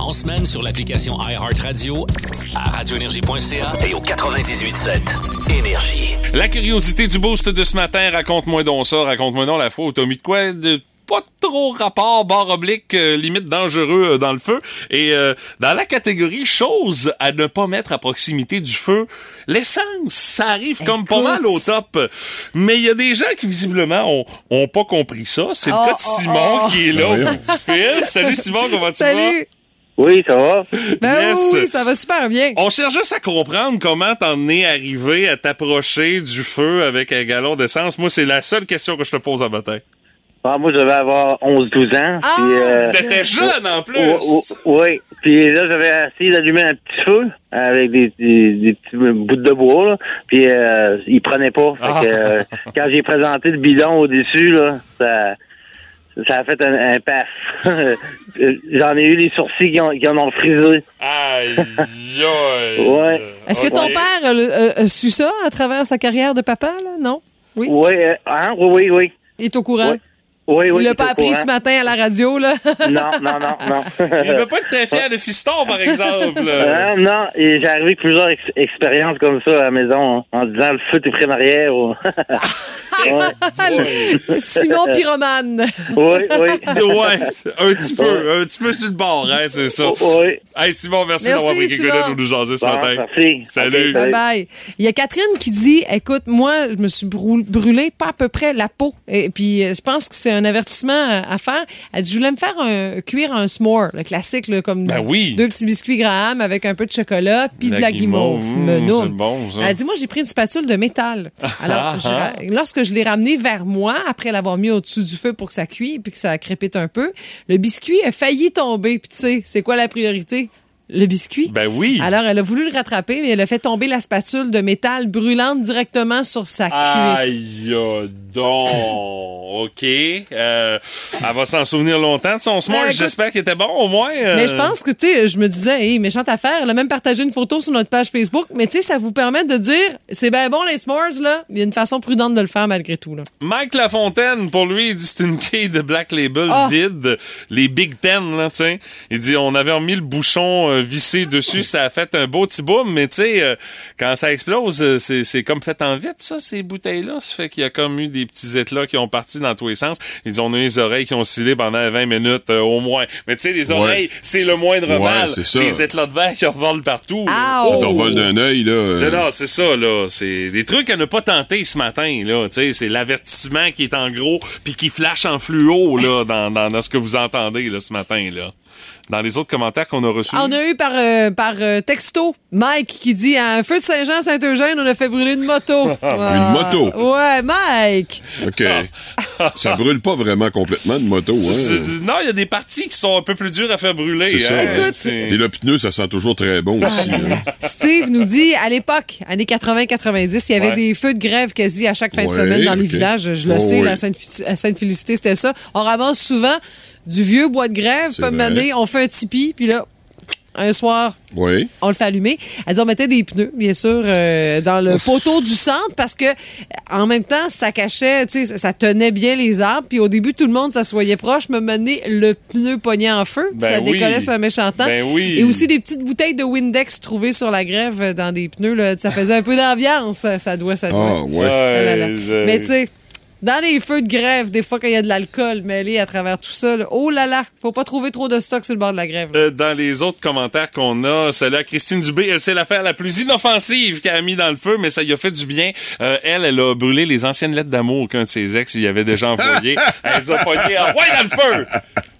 En semaine sur l'application iHeartRadio, à radioénergie.ca et au 98.7 Énergie. La curiosité du boost de ce matin, raconte-moi donc ça, raconte-moi donc la fois où t'as mis de quoi de pas trop rapport, barre oblique, euh, limite dangereux euh, dans le feu. Et euh, dans la catégorie choses à ne pas mettre à proximité du feu, l'essence, ça arrive comme pas mal au top. Mais il y a des gens qui visiblement ont, ont pas compris ça. C'est Oh, le cas de oh, Simon oh. qui est là au bout du fil. Salut Simon, comment tu vas? Salut. Oui, ça va. Ben Yes. oui, oui, ça va super bien. On cherche juste à comprendre comment t'en es arrivé à t'approcher du feu avec un galon d'essence. Moi, c'est la seule question que je te pose en matin. Ah, moi, je devais avoir 11-12 ans. Ah! puis, T'étais jeune, en plus! Oui, oui. Puis là, j'avais essayé d'allumer un petit feu avec des, des- des petits bouts de bois. là. Puis euh, il prenait pas. Fait Ah. que, euh, quand j'ai présenté le bidon au-dessus, là, ça, ça a fait un, un paf. J'en ai eu les sourcils qui, ont- qui en ont frisé. Aïe! ouais. Est-ce que ton père a, le- a- a su ça à travers sa carrière de papa, là? Non? Oui? Oui, euh, hein? oui, oui, oui. Il est au courant? Oui. Oui, oui, il il l'a est pas au appris courant. ce matin à la radio, là? Non, non, non, non. Ah. Il veut pas être très fier de Fiston, par exemple. Euh, non, et j'ai arrivé plusieurs ex- expériences comme ça à la maison hein, en disant le feu t'es pris en arrière. ou- Ouais. Ah, Simon Pyromane. Oui, oui. ouais, un petit peu, un petit peu sur le bord, hein, c'est ça. Oui. Hey, Simon, merci, Merci, d'avoir pris quelques Simon. minutes pour nous jaser ce Bon, matin. merci. Salut. Bye bye. Il y a Catherine qui dit Écoute, moi, je me suis brou- brûlé pas à peu près la peau. Et puis, euh, je pense que c'est un avertissement à à faire. Elle dit Je voulais me faire un, cuire un s'more, le classique, là, comme Ben oui. deux petits biscuits Graham avec un peu de chocolat puis de la guimauve. Mmh, Menoune. c'est bon, ça. Ah, Elle dit Moi, j'ai pris une spatule de métal. Alors, je ra- lorsque je l'ai ramené vers moi, après l'avoir mis au-dessus du feu pour que ça cuit puis que ça crépite un peu, le biscuit a failli tomber. Puis, tu sais, c'est quoi la priorité Le biscuit. Ben oui. Alors, elle a voulu le rattraper, mais elle a fait tomber la spatule de métal brûlante directement sur sa cuisse. Aïe, oh, donc. OK. Euh, elle va s'en souvenir longtemps de son smart. Ben, écoute- J'espère qu'il était bon, au moins. euh. Mais je pense que, tu sais, je me disais, hey, méchante affaire. Elle a même partagé une photo sur notre page Facebook. Mais, tu sais, ça vous permet de dire, c'est bien bon, les s'mores, là. Il y a une façon prudente de le faire malgré tout, là. Mike Lafontaine, pour lui, il dit c'est une quille de Black Label Ah. vide. Les Big Ten, là, tu sais. Il dit on avait remis le bouchon euh, vissé dessus, ça a fait un beau petit boom, mais tu sais, euh, quand ça explose, euh, c'est c'est comme fait en vite, ça, ces bouteilles-là. Ça fait qu'il y a comme eu des petits éclats qui ont parti dans tous les sens. Ils dit on a eu les oreilles qui ont oscillé pendant 20 minutes euh, au moins. Mais tu sais, les Ouais. oreilles, c'est le moindre Ouais, mal. c'est ça. Les éclats de verre qui revolent partout. là. Ça t'envole d'un œil, là. euh, Non, non, c'est ça, là. C'est des trucs à ne pas tenter ce matin, là. Tu sais, c'est l'avertissement qui est en gros, puis qui flash en fluo, là, dans, dans, dans ce que vous entendez, là, ce matin, là. Dans les autres commentaires qu'on a reçus. Ah, On a eu par, euh, par euh, texto Mike qui dit à un feu de Saint-Jean, Saint-Eugène, on a fait brûler une moto. Ah, moto? Ouais, Mike. OK. ça brûle pas vraiment complètement de moto, C'est- hein? Non, il y a des parties qui sont un peu plus dures à faire brûler. C'est ça. hein. hein. C'est- Et le pneu, ça sent toujours très bon Ah, aussi. hein. Steve nous dit, à l'époque, années 80-90, il y avait Ouais. des feux de grève quasi à chaque fin de Ouais, semaine dans les ok. villages. Je le Oh, sais, oui. la Sainte- à Sainte-Félicité, c'était ça. On ramasse souvent du vieux bois de grève, C'est pas vrai. mané, on fait un tipi, puis là, un soir, Oui. On le fait allumer. Elle dit on mettait des pneus, bien sûr, euh, dans le poteau du centre parce que euh, en même temps, ça cachait, tu sais, ça- ça tenait bien les arbres. Puis au début, tout le monde s'assoyait proche, me mener le pneu pognait en feu. puis Ben ça oui. décollait sur un méchant temps. Ben oui. Et aussi des petites bouteilles de Windex trouvées sur la grève euh, dans des pneus. là. ça faisait un peu d'ambiance, ça- ça doit, ça doit. Ah, ouais. Ah là là. Ouais, Mais tu sais. Dans les feux de grève, des fois, quand il y a de l'alcool mêlé à travers tout ça, là, oh là là, faut pas trouver trop de stock sur le bord de la grève. Euh, dans les autres commentaires qu'on a, celle là Christine Dubé, elle, c'est l'affaire la plus inoffensive qu'elle a mis dans le feu, mais ça lui a fait du bien. Euh, elle, elle a brûlé les anciennes lettres d'amour qu'un de ses ex lui avait déjà envoyées. elle les a pognées en ouais dans le feu!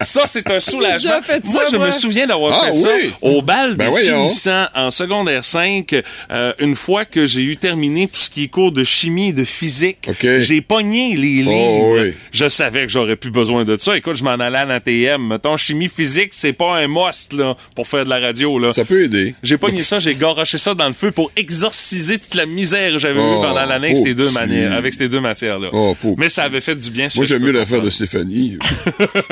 Ça, c'est un soulagement. déjà fait Moi, ça, je me moi. souviens d'avoir Ah fait oui? ça au bal Ben des voyons. finissants en secondaire 5. euh, une fois que j'ai eu terminé tout ce qui est cours de chimie et de physique, j'ai pogné les Oh, livres. Je savais que j'aurais plus besoin de ça. Écoute, je m'en allais à l'ATM. Mettons, chimie physique, c'est pas un must là, pour faire de la radio. Là. Ça peut aider. J'ai pogné ça, j'ai garoché ça dans le feu pour exorciser toute la misère que j'avais Oh, eue pendant l'année avec pauvre ces deux petit. manières, avec ces deux matières-là. Oh, pauvre Mais ça avait fait du bien. Moi, j'aime mieux l'affaire de Stéphanie.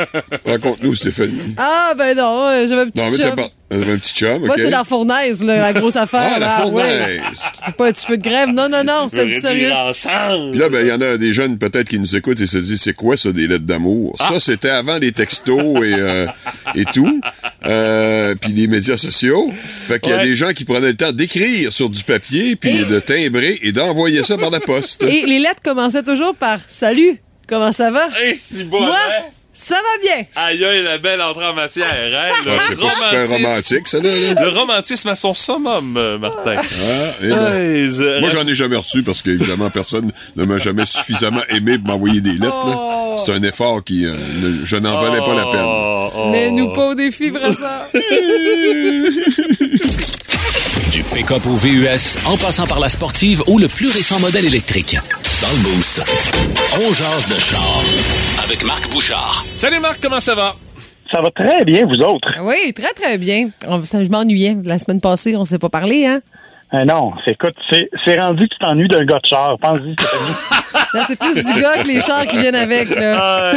Raconte-nous, Stéphanie. Ah, ben non, euh, j'avais un petit Non, mais t'as chum. pas. T'avais un petit chum, OK? Moi, c'est la fournaise, là, la grosse affaire. Ah, la là, ouais. fournaise. C'est pas un petit feu de grève. Non, non, non, c'était du sérieux. Puis là, ben, il y en a des jeunes peut-être qui nous écoutent et se disent c'est quoi ça, des lettres d'amour? Ah! Ça, c'était avant les textos et, euh, et tout. Euh, puis les médias sociaux. Fait qu'il y a Ouais. des gens qui prenaient le temps d'écrire sur du papier, puis de timbrer et d'envoyer ça par la poste. Et les lettres commençaient toujours par Salut, comment ça va? Eh, si bon, Moi, hein? ça va bien. Aïe, aïe, la belle entrée en matière. hein? Le Ah, je sais pas si c'est un romantique, ça, là, là. Le romantisme à son summum, euh, Martin. euh, Ah, et là. Moi, j'en ai jamais reçu parce qu'évidemment, personne ne m'a jamais suffisamment aimé pour m'envoyer des lettres. là. Oh! C'est un effort qui. euh, ne- je n'en valais pas la Oh. peine. Mais nous pas au défi, Brassard. Du pick-up au VUS, en passant par la sportive ou le plus récent modèle électrique. Dans le Boost, on jase de char avec Marc Bouchard. Salut Marc, comment ça va? Ça va très Eh bien, vous autres. Oui, très, très bien. On- ça, je m'ennuyais. La semaine passée, on s'est pas parlé, hein? Euh, non, c'est- écoute, c'est c'est rendu que tu t'ennuies d'un gars de char. Pense-y, Stéphanie. Là, c'est plus du gars que les chars qui viennent avec, là.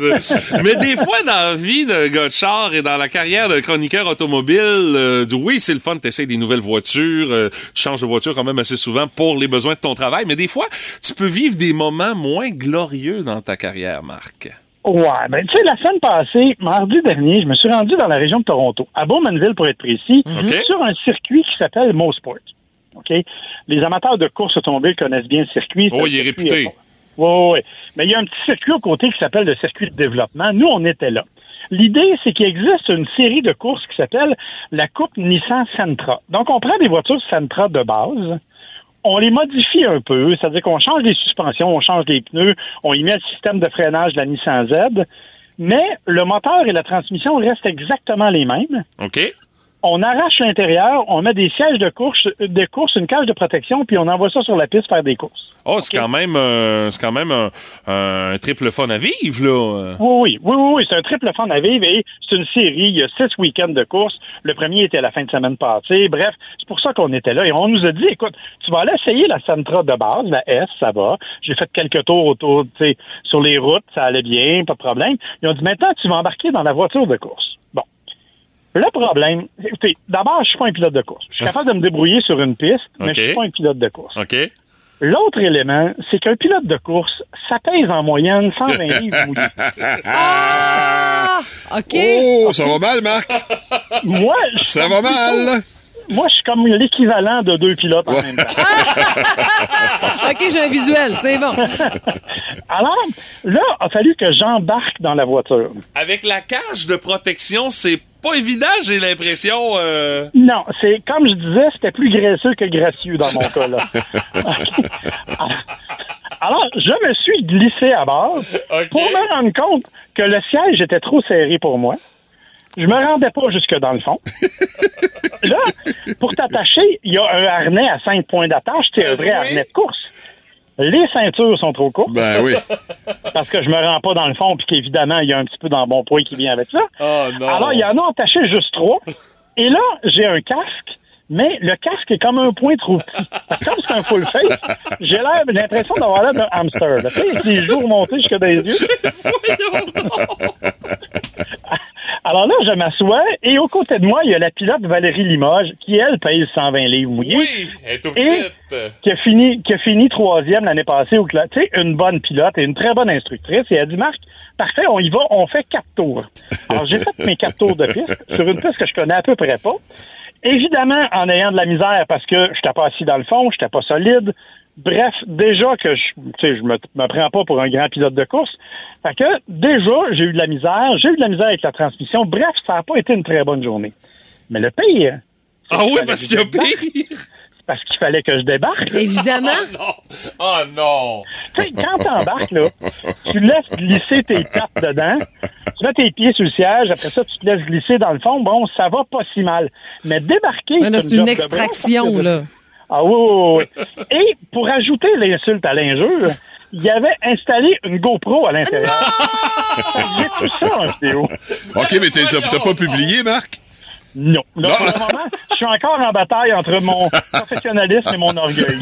Nice. Mais des fois, dans la vie d'un gars de char et dans la carrière d'un chroniqueur automobile, euh, du- oui, c'est le fun, t'essayes des nouvelles voitures, euh, tu changes de voiture quand même assez souvent pour les besoins de ton travail, mais des fois, tu peux vivre des moments moins glorieux dans ta carrière, Marc. Ouais, ben tu sais, la semaine passée, mardi dernier, je me suis rendu dans la région de Toronto, à Bowmanville pour être précis, Mm-hmm. sur un circuit qui s'appelle Mosport. OK? Les amateurs de courses automobiles connaissent bien le circuit. euh, Oh, il est réputé. Oui, oui, Mais il y a un petit circuit au côté qui s'appelle le circuit de développement. Nous, on était là. L'idée, c'est qu'il existe une série de courses qui s'appelle la Coupe Nissan Sentra. Donc, on prend des voitures Sentra de base, on les modifie un peu, c'est-à-dire qu'on change les suspensions, on change les pneus, on y met le système de freinage de la Nissan Z, mais le moteur et la transmission restent exactement les mêmes. OK? On arrache l'intérieur, on met des sièges de course, de course, une cage de protection, puis on envoie ça sur la piste faire des courses. Oh, c'est quand même, euh, c'est quand même un, un triple fun à vivre, là. Oui, oui, oui, oui, oui, c'est un triple fun à vivre et c'est une série. Il y a six week-ends de course. Le premier était la fin de semaine passée. Bref, c'est pour ça qu'on était là et on nous a dit, écoute, tu vas aller essayer la Sentra de base, la S, ça va. J'ai fait quelques tours autour, tu sais, sur les routes, ça allait bien, pas de problème. Ils ont dit, maintenant, tu vas embarquer dans la voiture de course. Bon. Le problème, écoutez, d'abord, je suis pas un pilote de course. Je suis capable de me débrouiller sur une piste, mais je suis OK. pas un pilote de course. OK? L'autre élément, c'est qu'un pilote de course, ça pèse en moyenne 120 livres mouillés. OK. Oh, ça va mal, Marc. Moi, je Ça suis va plutôt- mal. Moi, je suis comme l'équivalent de deux pilotes en même temps. OK, j'ai un visuel, c'est bon. Alors, là, il a fallu que j'embarque dans la voiture. Avec la cage de protection, c'est pas évident, j'ai l'impression. euh. Non, c'est comme je disais, c'était plus graisseux que gracieux dans mon cas. Là. Alors, je me suis glissé à bord pour me rendre compte que le siège était trop serré pour moi. Je me rendais pas jusque dans le fond. là, pour t'attacher, il y a un harnais à cinq points d'attache, c'est un vrai harnais de course. Les ceintures sont trop courtes. Ben oui. Parce que je me rends pas dans le fond, puis qu'évidemment, il y a un petit peu dans bon poids qui vient avec ça. Oh, non. Alors, il y en a attaché juste trois. Et là, j'ai un casque, mais le casque est comme un point trop petit. Fait que Comme c'est un full face, j'ai l'air- j'ai l'impression d'avoir l'air d'un hamster. là. Tu sais, avec les joues remontées jusque dans les yeux. Alors là, je m'assois, et aux côtés de moi, il y a la pilote Valérie Limoges, qui, elle, pèse 120 livres mouillés. Oui, elle est tout Et- petite. qui a fini qui a fini troisième l'année passée au cla- tu sais une bonne pilote et une très bonne instructrice et elle dit Marc parfait on y va on fait quatre tours alors j'ai fait mes quatre tours de piste sur une piste que je connais à peu près pas évidemment en ayant de la misère parce que je n'étais pas assis dans le fond je n'étais pas solide bref déjà que je tu sais je me, me prends pas pour un grand pilote de course fait que déjà j'ai eu de la misère j'ai eu de la misère avec la transmission bref ça n'a pas été une très bonne journée mais le pire c'est Ah oui, fallait parce que qu'il y a je débarque. parce qu'il fallait que je débarque Évidemment. Oh non! tu sais, quand t'embarques, là, tu laisses glisser tes pattes dedans, tu mets tes pieds sur le siège, après ça, tu te laisses glisser dans le fond, bon, ça va pas si mal. Mais débarquer... Mais là, c'est job une de extraction, bras, parce que- là. Ah oui, oui, oui, oui. Et pour ajouter l'insulte à l'injure, il avait installé une GoPro à l'intérieur. J'ai tout ça en vidéo. OK, mais t'es- t'as t'as pas publié, Marc? Non. Là, pour le moment, je suis encore en bataille entre mon professionnalisme et mon orgueil.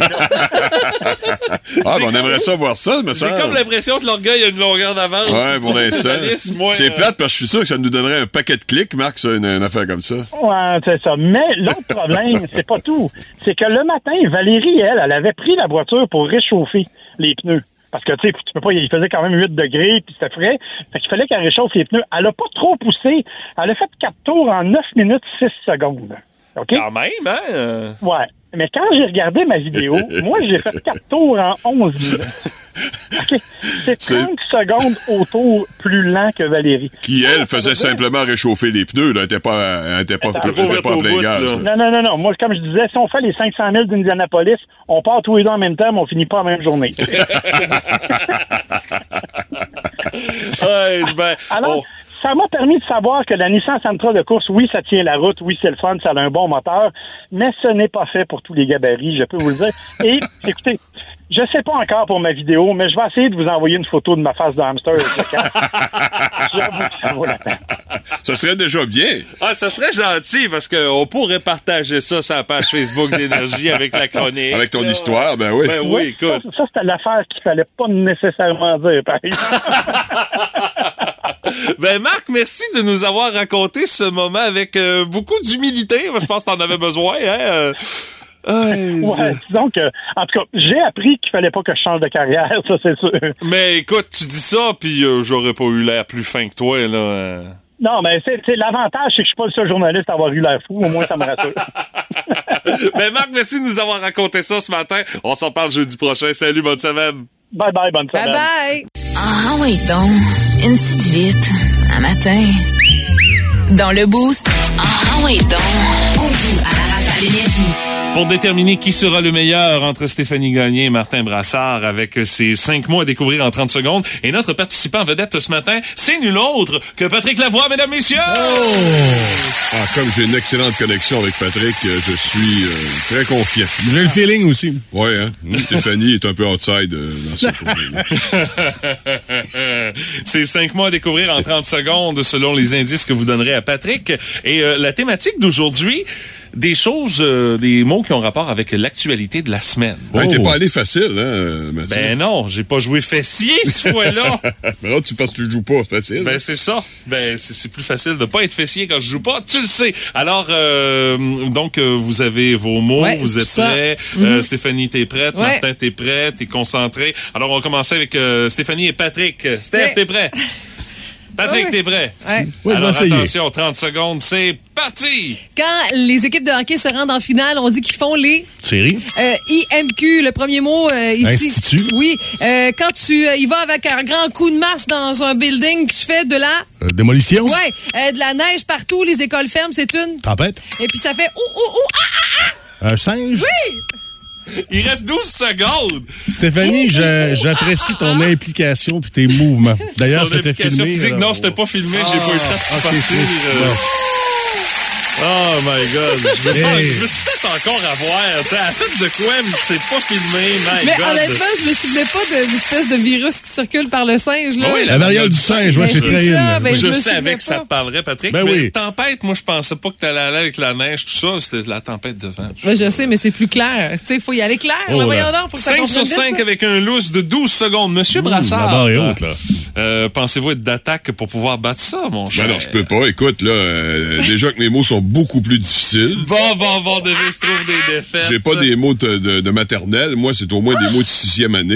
Ah, ben, on aimerait ça voir ça, mais J'ai ça. comme l'impression que l'orgueil a une longueur d'avance. Ouais, pour l'instant. Alice, moi, C'est euh, plate parce que je suis sûr que ça nous donnerait un paquet de clics, Marc, ça, une, une affaire comme ça. Ouais, c'est ça. Mais l'autre problème, c'est pas tout. C'est que le matin, Valérie, elle, elle avait pris la voiture pour réchauffer les pneus. Parce que, tu sais, tu peux pas, il faisait quand même 8 degrés, puis c'était frais. Fait qu'il fallait qu'elle réchauffe les pneus. Elle a pas trop poussé. Elle a fait 4 tours en 9 minutes 6 secondes. OK? Quand même, hein? euh, Ouais. Mais quand j'ai regardé ma vidéo, moi, j'ai fait 4 tours en 11 minutes. OK? C'est 30 secondes au tour plus lent que Valérie. Qui, elle, faisait simplement réchauffer les pneus, là. Elle était pas, elle était pas, elle était pas en plein gaz. là. Non, non, non, non. Moi, comme je disais, si on fait les 500 000 d'Indianapolis, on part tous les deux en même temps, mais on finit pas en même journée. ouais, ben, Alors, ça m'a permis de savoir que la Nissan Sentra de course, oui, ça tient la route, oui, c'est le fun, ça a un bon moteur, mais ce n'est pas fait pour tous les gabarits, je peux vous le dire. Et, écoutez, je sais pas encore pour ma vidéo, mais je vais essayer de vous envoyer une photo de ma face de hamster avec le casque. J'avoue que ça vaut la peine. Ça serait déjà bien. Ah, ça serait gentil parce qu'on pourrait partager ça sur la page Facebook d'Énergie avec la chronique. Avec ton histoire, ben oui. Ben Ouais, oui, écoute. Ça, ça, c'était l'affaire qu'il fallait pas nécessairement dire, par exemple. Ben Marc, merci de nous avoir raconté ce moment avec euh, beaucoup d'humilité. Je pense que t'en avais besoin. Hein? euh. Ouais, Ouais, c'est- disons que, en tout cas, j'ai appris qu'il fallait pas que je change de carrière, ça c'est sûr. Mais écoute, tu dis ça, puis euh, j'aurais pas eu l'air plus fin que toi, là. euh. Non, mais c'est c'est- l'avantage, c'est que je suis pas le seul journaliste à avoir eu l'air fou, au moins ça me rassure. ben Marc, merci de nous avoir raconté ça ce matin. On s'en parle jeudi prochain. Salut, bonne semaine. Bye bye, bonne semaine. Bye. Ah oui, donc, une petite vite, un matin. Dans le boost. Ah oui, donc, on joue à la rafale énergie. Pour déterminer qui sera le meilleur entre Stéphanie Gagné et Martin Brassard avec ses cinq mots à découvrir en 30 secondes. Et notre participant vedette ce matin, c'est nul autre que Patrick Lavoie, mesdames, messieurs! Ah, comme j'ai une excellente connexion avec Patrick, euh, je suis euh, très confiant. J'ai le feeling aussi. Ouais, hein? Stéphanie est un peu outside euh, dans ce C'est cinq mois à découvrir en 30 secondes selon les indices que vous donnerez à Patrick. Et euh, la thématique d'aujourd'hui, des choses, euh, des mots qui ont rapport avec l'actualité de la semaine. Oh. Ouais, t'es pas allé facile, hein, Mathieu? Ben non, j'ai pas joué fessier ce fois-là. Mais là, tu penses que tu joues pas, c'est facile. hein? Ben c'est ça. Ben c'est c'est plus facile de pas être fessier quand je joue pas, tu le sais. Alors euh, donc euh, vous avez vos mots, Ouais, vous tout êtes ça. prêts. Euh, Mhm. Stéphanie t'es prête, Ouais. Martin t'es prêt, t'es concentré. Alors on va commencer avec euh, Stéphanie et Patrick. Euh, Steph Ouais. t'es prêt. Patrick Ouais. t'es prêt. Ouais. Oui, je Alors vais essayer. attention, 30 secondes, c'est parti. Quand les équipes de hockey se rendent en finale, on dit qu'ils font les Série. euh, IMQ, le premier mot euh, ici. Institut. Oui. Euh, quand tu euh, y vas avec un grand coup de masse dans un building, tu fais de la... Euh, démolition. Ouais, euh, de la neige partout, les écoles ferment, c'est une. Tempête. Et puis ça fait ouh, ouh, ouh, ah! Un singe. Il reste 12 secondes. Stéphanie, je- j'apprécie ton implication puis tes mouvements. D'ailleurs, Son c'était application filmé. physique, alors. non, c'était pas filmé, j'ai pas eu le temps de ok, partir. c'est- euh. bon. Oh my God! Je me, Hey. je me suis fait encore avoir. tu sais, à fait de quoi, mais c'était pas filmé. My Mais God! honnêtement, je me souvenais pas de l'espèce de virus qui circule par le singe, là. Ah oui, La variole du singe, ouais, c'est C'est très ça, in. ben, je je me savais souvenais que ça pas. te parlerait, Patrick. Ben mais oui. tempête, moi, je pensais pas que t'allais aller avec la neige, tout ça. C'était la tempête de vent. Ben, je sais, mais c'est plus clair. Tu sais, il faut y aller clair. Oh là, là. Ah, ben voyons donc, faut que ça 5 sur comprenne vite, 5 ça. avec un loose de 12 secondes. Monsieur La Brassard. barre est haute, là. euh, Pensez-vous être d'attaque pour pouvoir battre ça, mon cher? Ben non, je peux pas. Écoute, là, euh, déjà que mes mots sont beaucoup plus difficiles. Bon, bon, bon, déjà, il se trouve des défaites. J'ai pas des mots de, de- de maternelle. Moi, c'est au moins des mots de sixième année.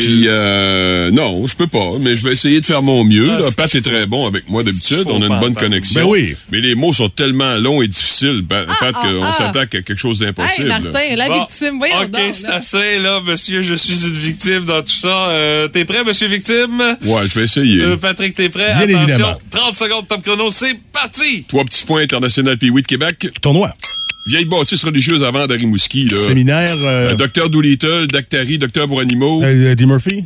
Puis, euh, non, je peux pas. Mais je vais essayer de faire mon mieux. Ah, là. c'est- Pat est très bon avec moi d'habitude. Faut On a pas une bonne entendre. connexion. Ben oui. Mais les mots sont tellement longs et difficiles, Pa- Pat, qu'on ah. s'attaque à quelque chose Hey, d'impossible. là. Martin, la Bon, victime, voyons OK, donc. c'est assez, là, monsieur. Je suis une victime dans tout ça. Euh, t'es prêt, monsieur victime? Ouais, je vais essayer. Euh, Patrick, t'es prêt? Bien Attention, évidemment. 30 secondes top chrono, c'est parti! Trois petits points international Pee-Wee de Québec. Tournoi. Vieille bâtisse religieuse avant d'Arimouski, là. Séminaire. euh, Euh, docteur Doolittle, Dactari, docteur pour animaux. euh, euh, D. Murphy.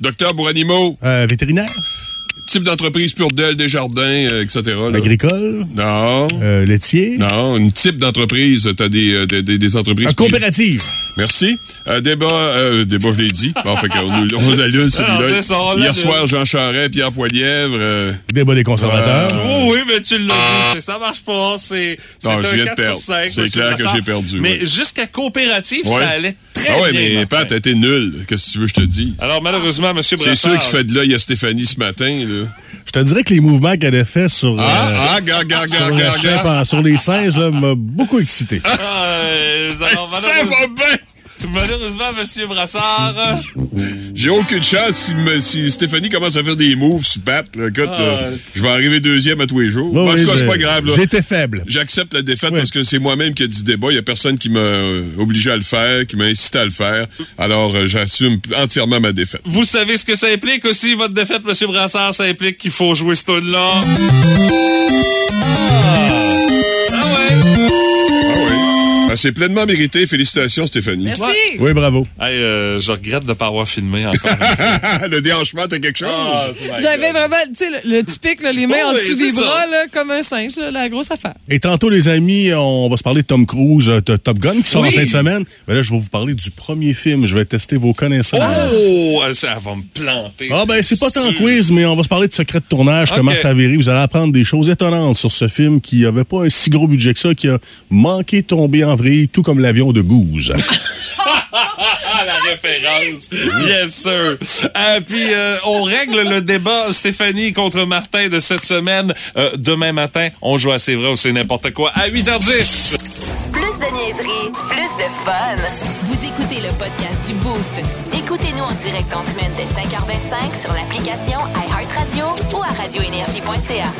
Docteur pour animaux. euh, vétérinaire. Type d'entreprise pure d'elle, des jardins, etc. là. Agricole. Non. euh, laitier. Non, une type d'entreprise. T'as des, euh, des, des- des entreprises. Euh, coopérative. privées. Merci. Euh, débat, euh, débat, je l'ai dit. Bon, fait qu'on nous- on l'allume, Non, Ah, c'est ça, celui-là. on l'allume. Hier soir, Jean Charest, Pierre euh, Poilièvre. Débat des Ah, conservateurs. oh oui, mais tu l'as dit. c'est- Ça marche pas. hein, C'est c'est Euh, Ah. Non, un je viens de 4 sur perdre. 5. C'est monsieur clair que Brassard. j'ai perdu, Mais oui. jusqu'à coopérative, ça allait très ah ouais, bien. mais Martin. Pat, t'as été nul. Qu'est-ce que tu veux que je te dise? Alors, malheureusement, M. Brassard... C'est sûr qu'il fait de l'œil à Stéphanie ce matin, là. Je te dirais que les mouvements qu'elle a fait sur, euh, Ah, ah, gars, gars, sur, gars, le gars, chef gars. Ah, en- sur les singes là, m'a beaucoup excité. Ah, ça va bien! euh, Malheureusement, M. Brassard... euh, J'ai aucune chance si, me- si Stéphanie commence à faire des moves sur Pat. Là, écoute, Ah, là, je vais arriver deuxième à tous les jours. Oui, en oui, tout cas, c'est j'ai- pas grave. là. j'étais faible. J'accepte la défaite parce que c'est moi-même qui ai dit ce débat. Il n'y a personne qui m'a euh, obligé à le faire, qui m'a incité à le faire. Alors, euh, j'assume entièrement ma défaite. Vous savez ce que ça implique aussi, votre défaite, M. Brassard, ça implique qu'il faut jouer ce tune là Ben, c'est pleinement mérité. Félicitations, Stéphanie. Merci. Oui, bravo. euh, je regrette de ne pas avoir filmé encore. le déhanchement, t'as quelque chose? Ah, J'avais vraiment, tu sais, le, le typique, là, les mains Oh, en oui, dessous c'est des ça. bras, là, comme un singe, là, la grosse affaire. Et tantôt, les amis, on va se parler de Tom Cruise, euh, de Top Gun, qui sort Oui. en fin de semaine. Mais là, je vais vous parler du premier film. Je vais tester vos connaissances. Oh! Ça va me planter. Ah ben c'est pas tant sûr. quiz, mais on va se parler de secret de tournage, Ok. comment ça a viré. Vous allez apprendre des choses étonnantes sur ce film qui n'avait pas un si gros budget que ça, qui a manqué de tomber en vrille, tout comme l'avion de Goose. La référence. Yes, sir. Ah, puis, euh, on règle le débat Stéphanie contre Martin de cette semaine. Euh, demain matin, on joue à C'est vrai ou C'est n'importe quoi à 8h10. Plus de niaiserie, plus de fun. Vous écoutez le podcast du Boost. Écoutez-nous en direct en semaine dès 5h25 sur l'application iHeartRadio ou à radioénergie.ca.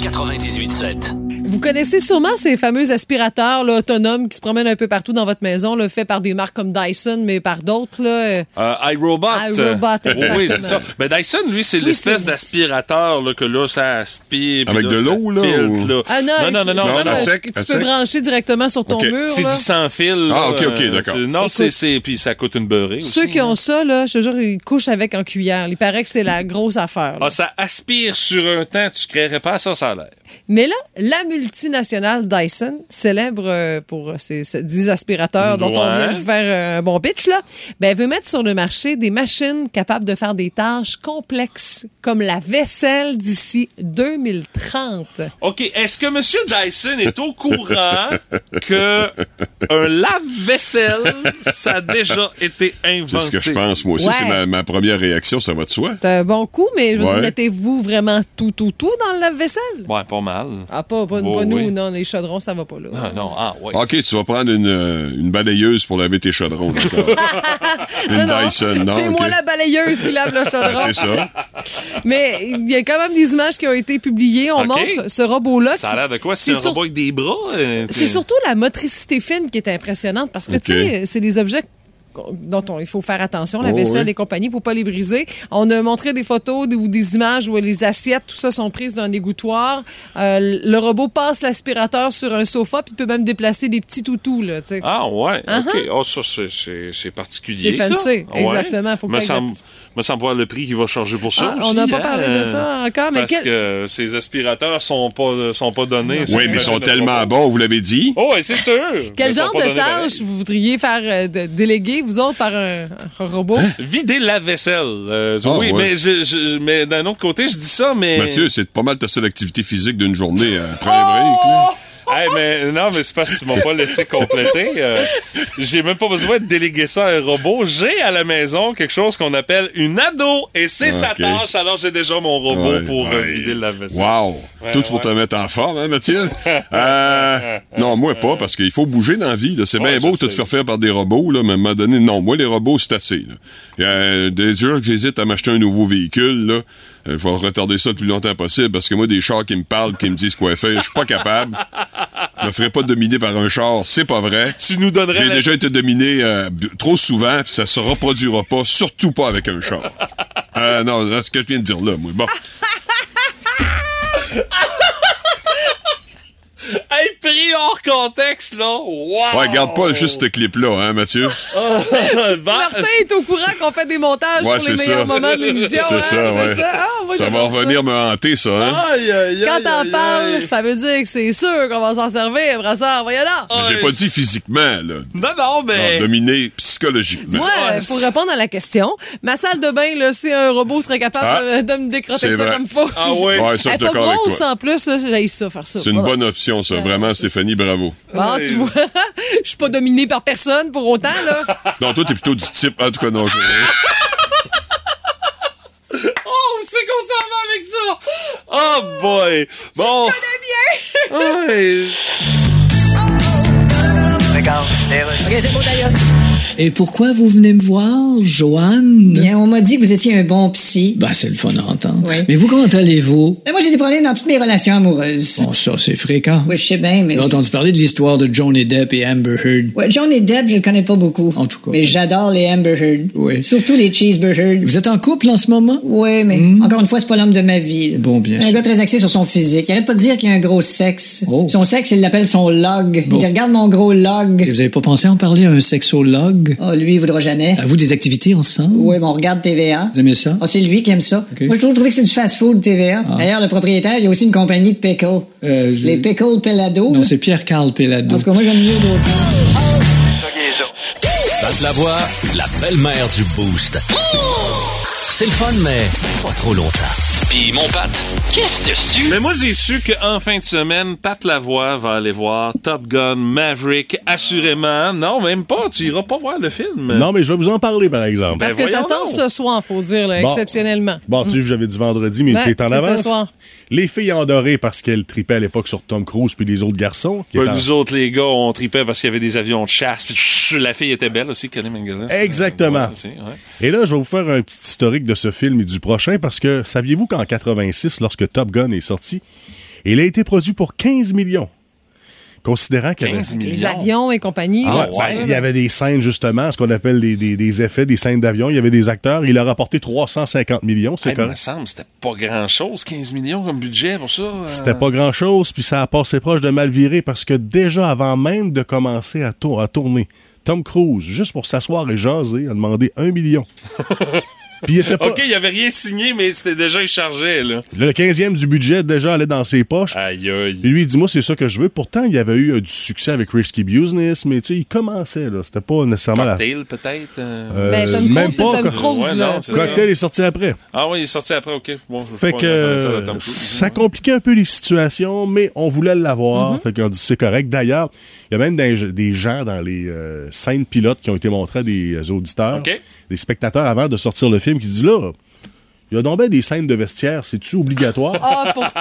98.7. Vous connaissez sûrement ces fameux aspirateurs là, autonomes qui se promènent un peu partout dans votre maison, là, faits par des marques comme Dyson, mais par d'autres. là. Euh, iRobot. iRobot, exactement. oui, c'est ça. Mais Dyson, lui, c'est l'espèce d'aspirateur là, que là, ça aspire. puis Avec de ça l'eau, là, filtre, ou- Ah non, non, non, non, c'est non, vraiment, non, euh, sec, que à tu peux sec. brancher directement sur ton Ok. mur. C'est là. du sans fil. Ah, là, ok, ok, euh, d'accord. c'est- Non, Écoute. c'est, c'est, puis ça coûte une beurrée aussi. hein. Ceux qui ont ça, là, je te jure, ils couchent avec en cuillère. Il paraît que c'est la grosse affaire. là. Ah, ça aspire sur un temps, tu créerais pas ça, ça a l'air. Mais là, la multinationale Dyson, célèbre euh, pour ses, ses 10 aspirateurs dont on Ouais. vient de vous faire euh, un bon pitch, là, ben, elle veut mettre sur le marché des machines capables de faire des tâches complexes, comme la vaisselle d'ici 2030. OK, est-ce que M. Dyson est au courant que un lave-vaisselle, ça a déjà été inventé? C'est ce que je pense, moi aussi. Ouais. C'est ma, ma première réaction, ça va de soi. C'est un bon coup, mais je veux dire, Ouais. mettez-vous vraiment tout, tout, tout dans le lave-vaisselle? Ouais, pas mal. Ah, pas, pas, Oh, pas nous, oui. non, les chaudrons, ça va pas là. Ah, non, ah, ouais. OK, tu vas prendre une, euh, une balayeuse pour laver tes chaudrons. d'accord. une Dyson, non? C'est OK. moi la balayeuse qui lave le chaudron. C'est ça. Mais il y a quand même des images qui ont été publiées. On OK. montre ce robot-là. Ça a l'air de quoi? C'est C'est un sur- robot avec des bras? euh, C'est t'sais? surtout la motricité fine qui est impressionnante parce que, OK. tu sais, c'est des objets qu'on- dont on- il faut faire attention, la Oh, vaisselle oui. et compagnie, il ne faut pas les briser. On a montré des photos de- ou des images où les assiettes, tout ça, sont prises d'un égouttoir. Euh, le robot passe l'aspirateur sur un sofa puis il peut même déplacer des petits toutous, là, tu sais. Ah ouais, OK. Uh-huh. Oh, ça, c'est- c'est c'est particulier, C'est ça. fancy, Ouais. exactement, faut me, pas- semble, me semble voir le prix qu'il va charger pour ça Ah, on aussi, n'a pas hein, parlé de ça encore, mais Parce quel- que ces aspirateurs sont pas, sont pas donnés. Oui, mais ils sont tellement bons, vous l'avez dit. Oh, ouais, c'est sûr. Quel Ils sont genre pas de donnés pareil. tâche vous voudriez faire euh, de- déléguer, vous autres, par un, un robot? Vider la vaisselle. euh, Ah, oui, ouais. mais, je- je- mais d'un autre côté, je dis ça, mais. Mathieu, c'est pas mal ta seule activité physique d'une journée hein, après Hey, mais non, mais c'est parce que tu m'as pas laissé compléter. Euh, j'ai même pas besoin de déléguer ça à un robot. J'ai à la maison quelque chose qu'on appelle une ado et c'est sa Ok. tâche. Alors j'ai déjà mon robot Ouais, pour euh, ouais. vider la vaisselle. Wow! Ouais, Tout pour ouais. te mettre en forme, hein, Mathieu? Euh, non, moi pas, parce qu'il faut bouger dans la vie. là. C'est bien beau de te faire faire par des robots, là, mais à un moment donné, non, moi, les robots, c'est assez. là. Euh, déjà que j'hésite à m'acheter un nouveau véhicule, là, euh, je vais retarder ça le plus longtemps possible, parce que moi, des chars qui me parlent, qui me disent quoi faire, je suis pas capable. Je me ferai pas dominer par un char, c'est pas vrai. Tu nous donnerais... J'ai déjà été dominé euh, b- trop souvent, puis ça se reproduira pas, surtout pas avec un char. Euh, non, c'est ce que je viens de dire là, moi. Bon. Hey, pire ri hors contexte, là. Wow! Ouais, garde pas juste ce clip-là, hein, Ah, Mathieu? Bah, Bah, Martin est au courant qu'on fait des montages Ouais, pour c'est les meilleurs ça. moments de l'émission. C'est hein, ça, ouais. ça. Ah, moi, ça va j'adore revenir me hanter, ça, hein? Quand t'en parles, ça veut dire que c'est sûr qu'on va s'en servir, brasseur. Voyons là. Mais J'ai pas dit physiquement, là. Non, non, mais. Non, dominé psychologiquement. Moi, euh, pour répondre à la question, ma salle de bain, là, si un robot serait capable Ah, de- de me décrocher c'est ça vrai. comme faut. Ah ouais. Ouais, ça, je suis Elle est pas d'accord avec grosse toi. en plus, là, j'ai ça faire ça. C'est une bonne option, ça. Vraiment, Stéphanie, bravo. Bon, tu vois, je suis pas dominée par personne pour autant, là. Non, toi, t'es plutôt du type. En tout cas, non. je- Oh, c'est qu'on s'en va avec ça! Oh boy! Bon! Oh. Ouais. Et pourquoi vous venez me voir, Joanne? Bien, on m'a dit que vous étiez un bon psy. Ben, c'est le fun à entendre. Oui. Mais vous, comment allez-vous? Mais moi, j'ai des problèmes dans toutes mes relations amoureuses. Bon, ça, c'est fréquent. Oui, je sais bien, mais... J'ai entendu parler de l'histoire de Johnny Depp et Amber Heard. Ouais, Johnny Depp, je le connais pas beaucoup. En tout cas. Mais j'adore les Amber Heard. Oui. Surtout les Cheeseburger Heard. Vous êtes en couple en ce moment? Hmm. Oui, mais encore une fois, c'est pas l'homme de ma vie. là. Bon, bien un sûr. Oh. gars très axé sur son physique. Il arrête pas de dire qu'il a un gros sexe. Son sexe, il l'appelle son log. Bon. Il dit, regarde mon gros log. Et vous avez pas pensé en parler à un sexologue? Ah, lui, il voudra jamais. À vous des activités ensemble? Oui, mais on regarde TVA. Vous aimez ça? Ah, c'est lui qui aime ça. Ok. Moi, j'ai toujours trouvé que c'est du fast-food TVA. Ah. D'ailleurs, le propriétaire, il y a aussi une compagnie de pickles. Euh, je- Les pickles Pelado. Non, c'est Pierre-Carl Pelado. En tout cas, moi, j'aime mieux d'autres choses. Pat Lavoie, la belle-mère du Boost. C'est le fun, mais pas trop longtemps. Puis mon Pat, qu'est-ce dessus? Mais moi, j'ai su qu'en fin de semaine, Pat Lavoie va aller voir Top Gun Maverick, assurément. Non, même pas. Tu iras pas voir le film. Non, mais je vais vous en parler, par exemple. Parce Ben que ça sort ce soir, faut dire, là, Bon. exceptionnellement. Bon, tu sais, j'avais dit vendredi, mais Ouais, t'es en c'est ce avance. soir. Les filles en doré parce qu'elles tripaient à l'époque sur Tom Cruise puis les autres garçons. qui Ben, étaient en- nous autres, les gars, on tripait parce qu'il y avait des avions de chasse. Puis, chut, la fille était belle aussi, Kelly Mingles. Exactement. Et là, je vais vous faire un petit historique de ce film et du prochain parce que saviez-vous qu'en 86, lorsque Top Gun est sorti, il a été produit pour 15 millions. Considérant qu'il y avait- 15 millions. Les avions et compagnie. Ah là, ouais, tout ben, ça, il y là. avait des scènes, justement, ce qu'on appelle des, des- des effets, des scènes d'avion. Il y avait des acteurs. Il a rapporté 350 millions, c'est C'est me correct. semble, c'était pas grand-chose, 15 millions comme budget pour ça. euh. C'était pas grand-chose, puis ça a passé proche de mal virer parce que déjà avant même de commencer à, tour- à tourner, Tom Cruise, juste pour s'asseoir et jaser, a demandé un million. puis il était pas... OK, il avait rien signé, mais c'était déjà il chargeait, là. Là, le 15e du budget déjà allait dans ses poches. Aïe, aïe. Puis lui, il dit Moi, c'est ça que je veux. Pourtant, il avait eu euh, du succès avec Risky Business, mais tu sais, il commençait, là. C'était pas nécessairement la. Cocktail, peut-être? euh. Euh, Ben, Tom Cruise, même c'est pas Tom co- Cruise, Ouais, là. non, c'est ça. Cocktail est sorti après. Ah oui, il est sorti après, OK. Bon, je Fait pas que euh, entendu ça de Tom Cruise. hein. ça compliquait un peu les situations, mais on voulait Mm-hmm. l'avoir. Fait qu'on dit c'est correct. D'ailleurs, il y a même des, des gens dans les euh, scènes pilotes qui ont été montrées à des euh, auditeurs, OK. des spectateurs avant de sortir le film qui disent là, il y a donc ben des scènes de vestiaire, c'est-tu obligatoire? Ah, pourtant,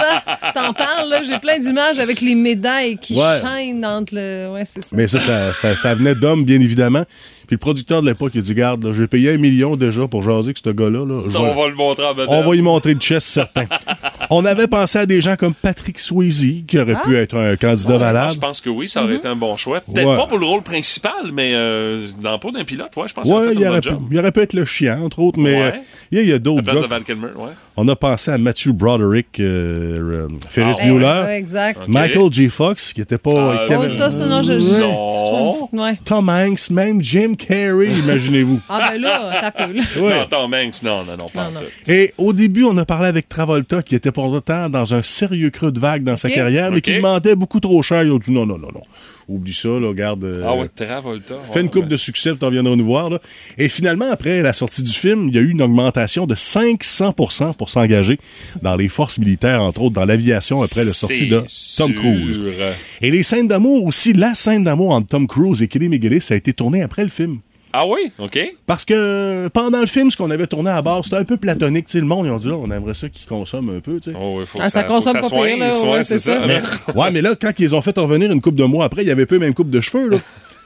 t'en parles, là, j'ai plein d'images avec les médailles qui Ouais. chaînent entre le. Ouais, c'est ça. Mais ça, ça, ça- ça venait d'hommes, bien évidemment. Puis le producteur de l'époque, il a dit Garde, là, j'ai payé un million déjà pour jaser que ce gars-là. là, je Ça, vais- on va le montrer en on bataille. va y montrer de chest, certain. on avait pensé à des gens comme Patrick Swayze, qui aurait pu être un candidat Ah, valable. Je pense que oui, ça Mm-hmm. aurait été un bon choix. Peut-être Ouais. pas pour le rôle principal, mais euh, dans le pot d'un pilote, ouais, je pense que ça Ouais, fait il un bon aurait, pu, job. il aurait pu être le chien, entre autres, mais Ouais. euh, il y a- il y a, À la d'autres place de gars. Val Kilmer, ouais. On a pensé à Matthew Broderick, euh, euh, Ferris Ben, Bueller, ouais, exact. Ok. Michael J. Fox, qui était pas. Ah, qui Oh, avait- ça, c'est non, je. je- je trouve- Ouais. Tom Hanks, même Jim Carrey, imaginez-vous. Ah, ben là, t'as peu, là. Ouais. Non, Tom Hanks, non, non, non, pas en Non, non. tout. Et au début, on a parlé avec Travolta, qui était pourtant dans un sérieux creux de vague dans sa Ok. carrière, mais Ok. qui demandait beaucoup trop cher. Ils ont dit non, non, non, non. Oublie ça, là, regarde. euh, Ah ouais, Travolta. Fais une coupe de succès, puis t'en viendras nous voir. là. Et finalement, après la sortie du film, il y a eu une augmentation de 500 pour s'engager dans les forces militaires, entre autres dans l'aviation, après la sortie de Tom Cruise. Et les scènes d'amour aussi, la scène d'amour entre Tom Cruise et Kelly McGillis a été tournée après le film. Ah oui, OK. Parce que euh, pendant le film, ce qu'on avait tourné à bord, c'était un peu platonique. tu sais, le monde, ils ont dit, là, on aimerait ça qu'ils consomment un peu. tu sais. Oh, oui, faut Ah, que ça consomme faut que pas soigne, pire, là, soigne, ouais, c'est ça. là. ouais, mais là, quand ils ont fait revenir une coupe de mois après, il y avait plus même coupe de cheveux. Là.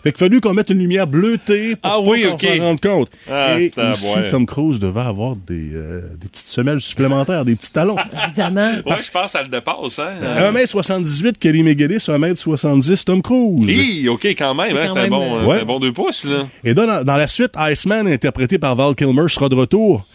Fait qu'il fallu qu'on mette une lumière bleutée pour Ah pas oui, qu'on ok. s'en rende compte. Ah, Et tabouin. aussi, Tom Cruise devait avoir des, euh, des petites semelles supplémentaires, des petits talons. Évidemment. Ouais, je pense que ça le dépasse, hein. Ah, 1m78, Kelly McGillis, 1m70, Tom Cruise. Hi, OK, quand même, hein, quand c'était même, bon, euh, hein, c'était Ouais. bon deux pouces, là. Et dans, dans la suite, Iceman, interprété par Val Kilmer, sera de retour.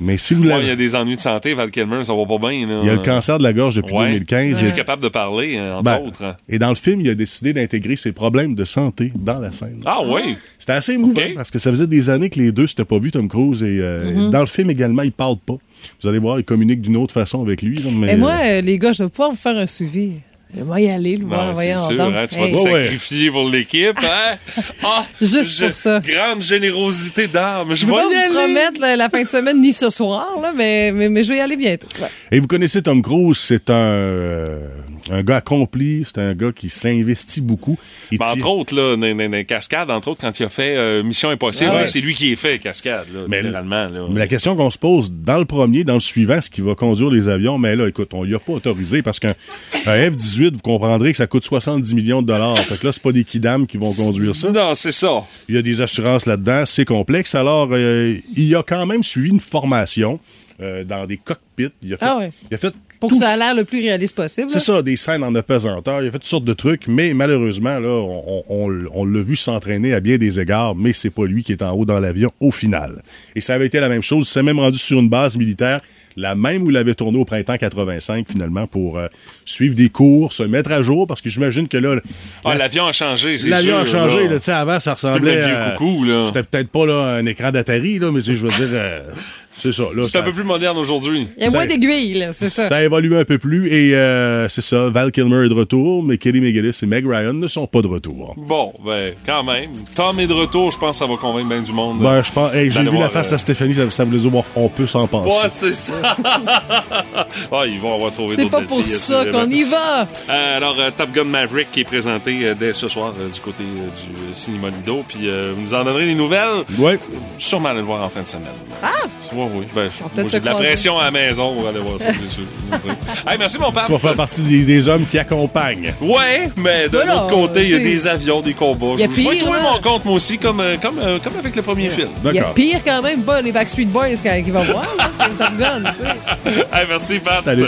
Mais si vous Ouais, l'avez. il y a des ennuis de santé, Val Kilmer, ça va pas bien. là. Il y a le cancer de la gorge depuis Euh, Ouais. 2015. Il Il- est capable de parler, euh, entre Ben, autres. Et dans le film, il a décidé d'intégrer ses problèmes de santé dans la scène. Ah oui? C'était assez émouvant parce que ça faisait des années que les deux s'étaient pas vus, Tom Cruise. Et euh, Mhm. dans le film également, ils parlent pas. Vous allez voir, ils communiquent d'une autre façon avec lui. là, mais Et moi, euh, les gars, je vais pouvoir vous faire un suivi. Je vais y aller, le voir, Non, c'est voyons sûr, Oh, donc. hein, tu vas Hey. te sacrifier pour l'équipe, hein? Ah, Juste je- pour ça. Grande générosité d'âme. Je Je ne vais peux pas y aller. vous promettre là, la fin de semaine ni ce soir, là, mais, mais, mais je vais y aller bientôt. Ouais. Et vous connaissez Tom Cruise, c'est un, euh, un gars accompli, c'est un gars qui s'investit beaucoup. Il Ben, tire- entre autres, là, dans, dans- dans Cascade, entre autres, quand il a fait euh, Mission Impossible, Ah ouais. là, c'est lui qui est fait, Cascade, là, littéralement. Là. Mais la question qu'on se pose dans le premier, dans le suivant, ce qui va conduire les avions, mais là, écoute, on ne l'a pas autorisé parce qu'un un F-18, vous comprendrez que ça coûte 70 millions de dollars. Fait que là, c'est pas des kidams qui vont conduire ça. Non, c'est ça. Il y a des assurances là-dedans, c'est complexe. Alors, euh, il a quand même suivi une formation euh, dans des cockpits. Il a fait, Ah ouais. il a fait Pour que ça a l'air le plus réaliste possible. c'est là. ça, des scènes en apesanteur. Il a fait toutes sortes de trucs, mais malheureusement, là, on, on- on- on l'a vu s'entraîner à bien des égards, mais c'est pas lui qui est en haut dans l'avion au final. Et ça avait été la même chose. Il s'est même rendu sur une base militaire, la même où il avait tourné au printemps 85, finalement, pour euh, suivre des cours, se mettre à jour, parce que j'imagine que là, Ah, l'avion a changé, c'est L'avion a sûr, changé, là. là, tu sais, avant, ça C'est comme le ressemblait vieux à- coucou, là. C'était peut-être pas là, un écran d'Atari, là, mais tu sais, je veux dire, euh, c'est ça. là, C'est un ça- peu plus moderne aujourd'hui. Il y a Ça- moins d'aiguilles, là, c'est ça. ça évolue un peu plus et euh, c'est ça. Val Kilmer est de retour, mais Kelly McGillis et Meg Ryan ne sont pas de retour. Bon, ben, quand même. Tom est de retour, je pense que ça va convaincre bien du monde. Ben, je pense, hey, j'ai D'aller vu la voir, face euh, à Stéphanie, ça, ça voulait dire bon, on peut s'en penser. Ouais, c'est ça. ah, ils vont avoir trouvé C'est d'autres pas pour belles filles, ça assurément. qu'on y va. Ah. Euh, alors, euh, Top Gun Maverick qui est présenté euh, dès ce soir euh, du côté euh, du euh, Cinéma Lido. Puis, euh, vous nous en donnerez les nouvelles. Ouais. Sûrement aller le voir en fin de semaine. Ah! Oui, oui. Ben, moi, peut-être se j'ai de la croiser. pression à la maison pour aller voir ça, c'est sûr. Hey, merci, mon père. Tu vas faire partie des, des hommes qui accompagnent. Ouais, mais de Voilà, l'autre côté, il y a t'sais. des avions, des combats. Il y a Je vais pire, trouver là. mon compte, moi aussi, comme, euh, comme, euh, comme avec le premier film. Il y a pire quand même, pas les Backstreet Boys quand- qui vont voir, là, c'est le Top Gun. tu sais. Hey, merci, Pat. Salut.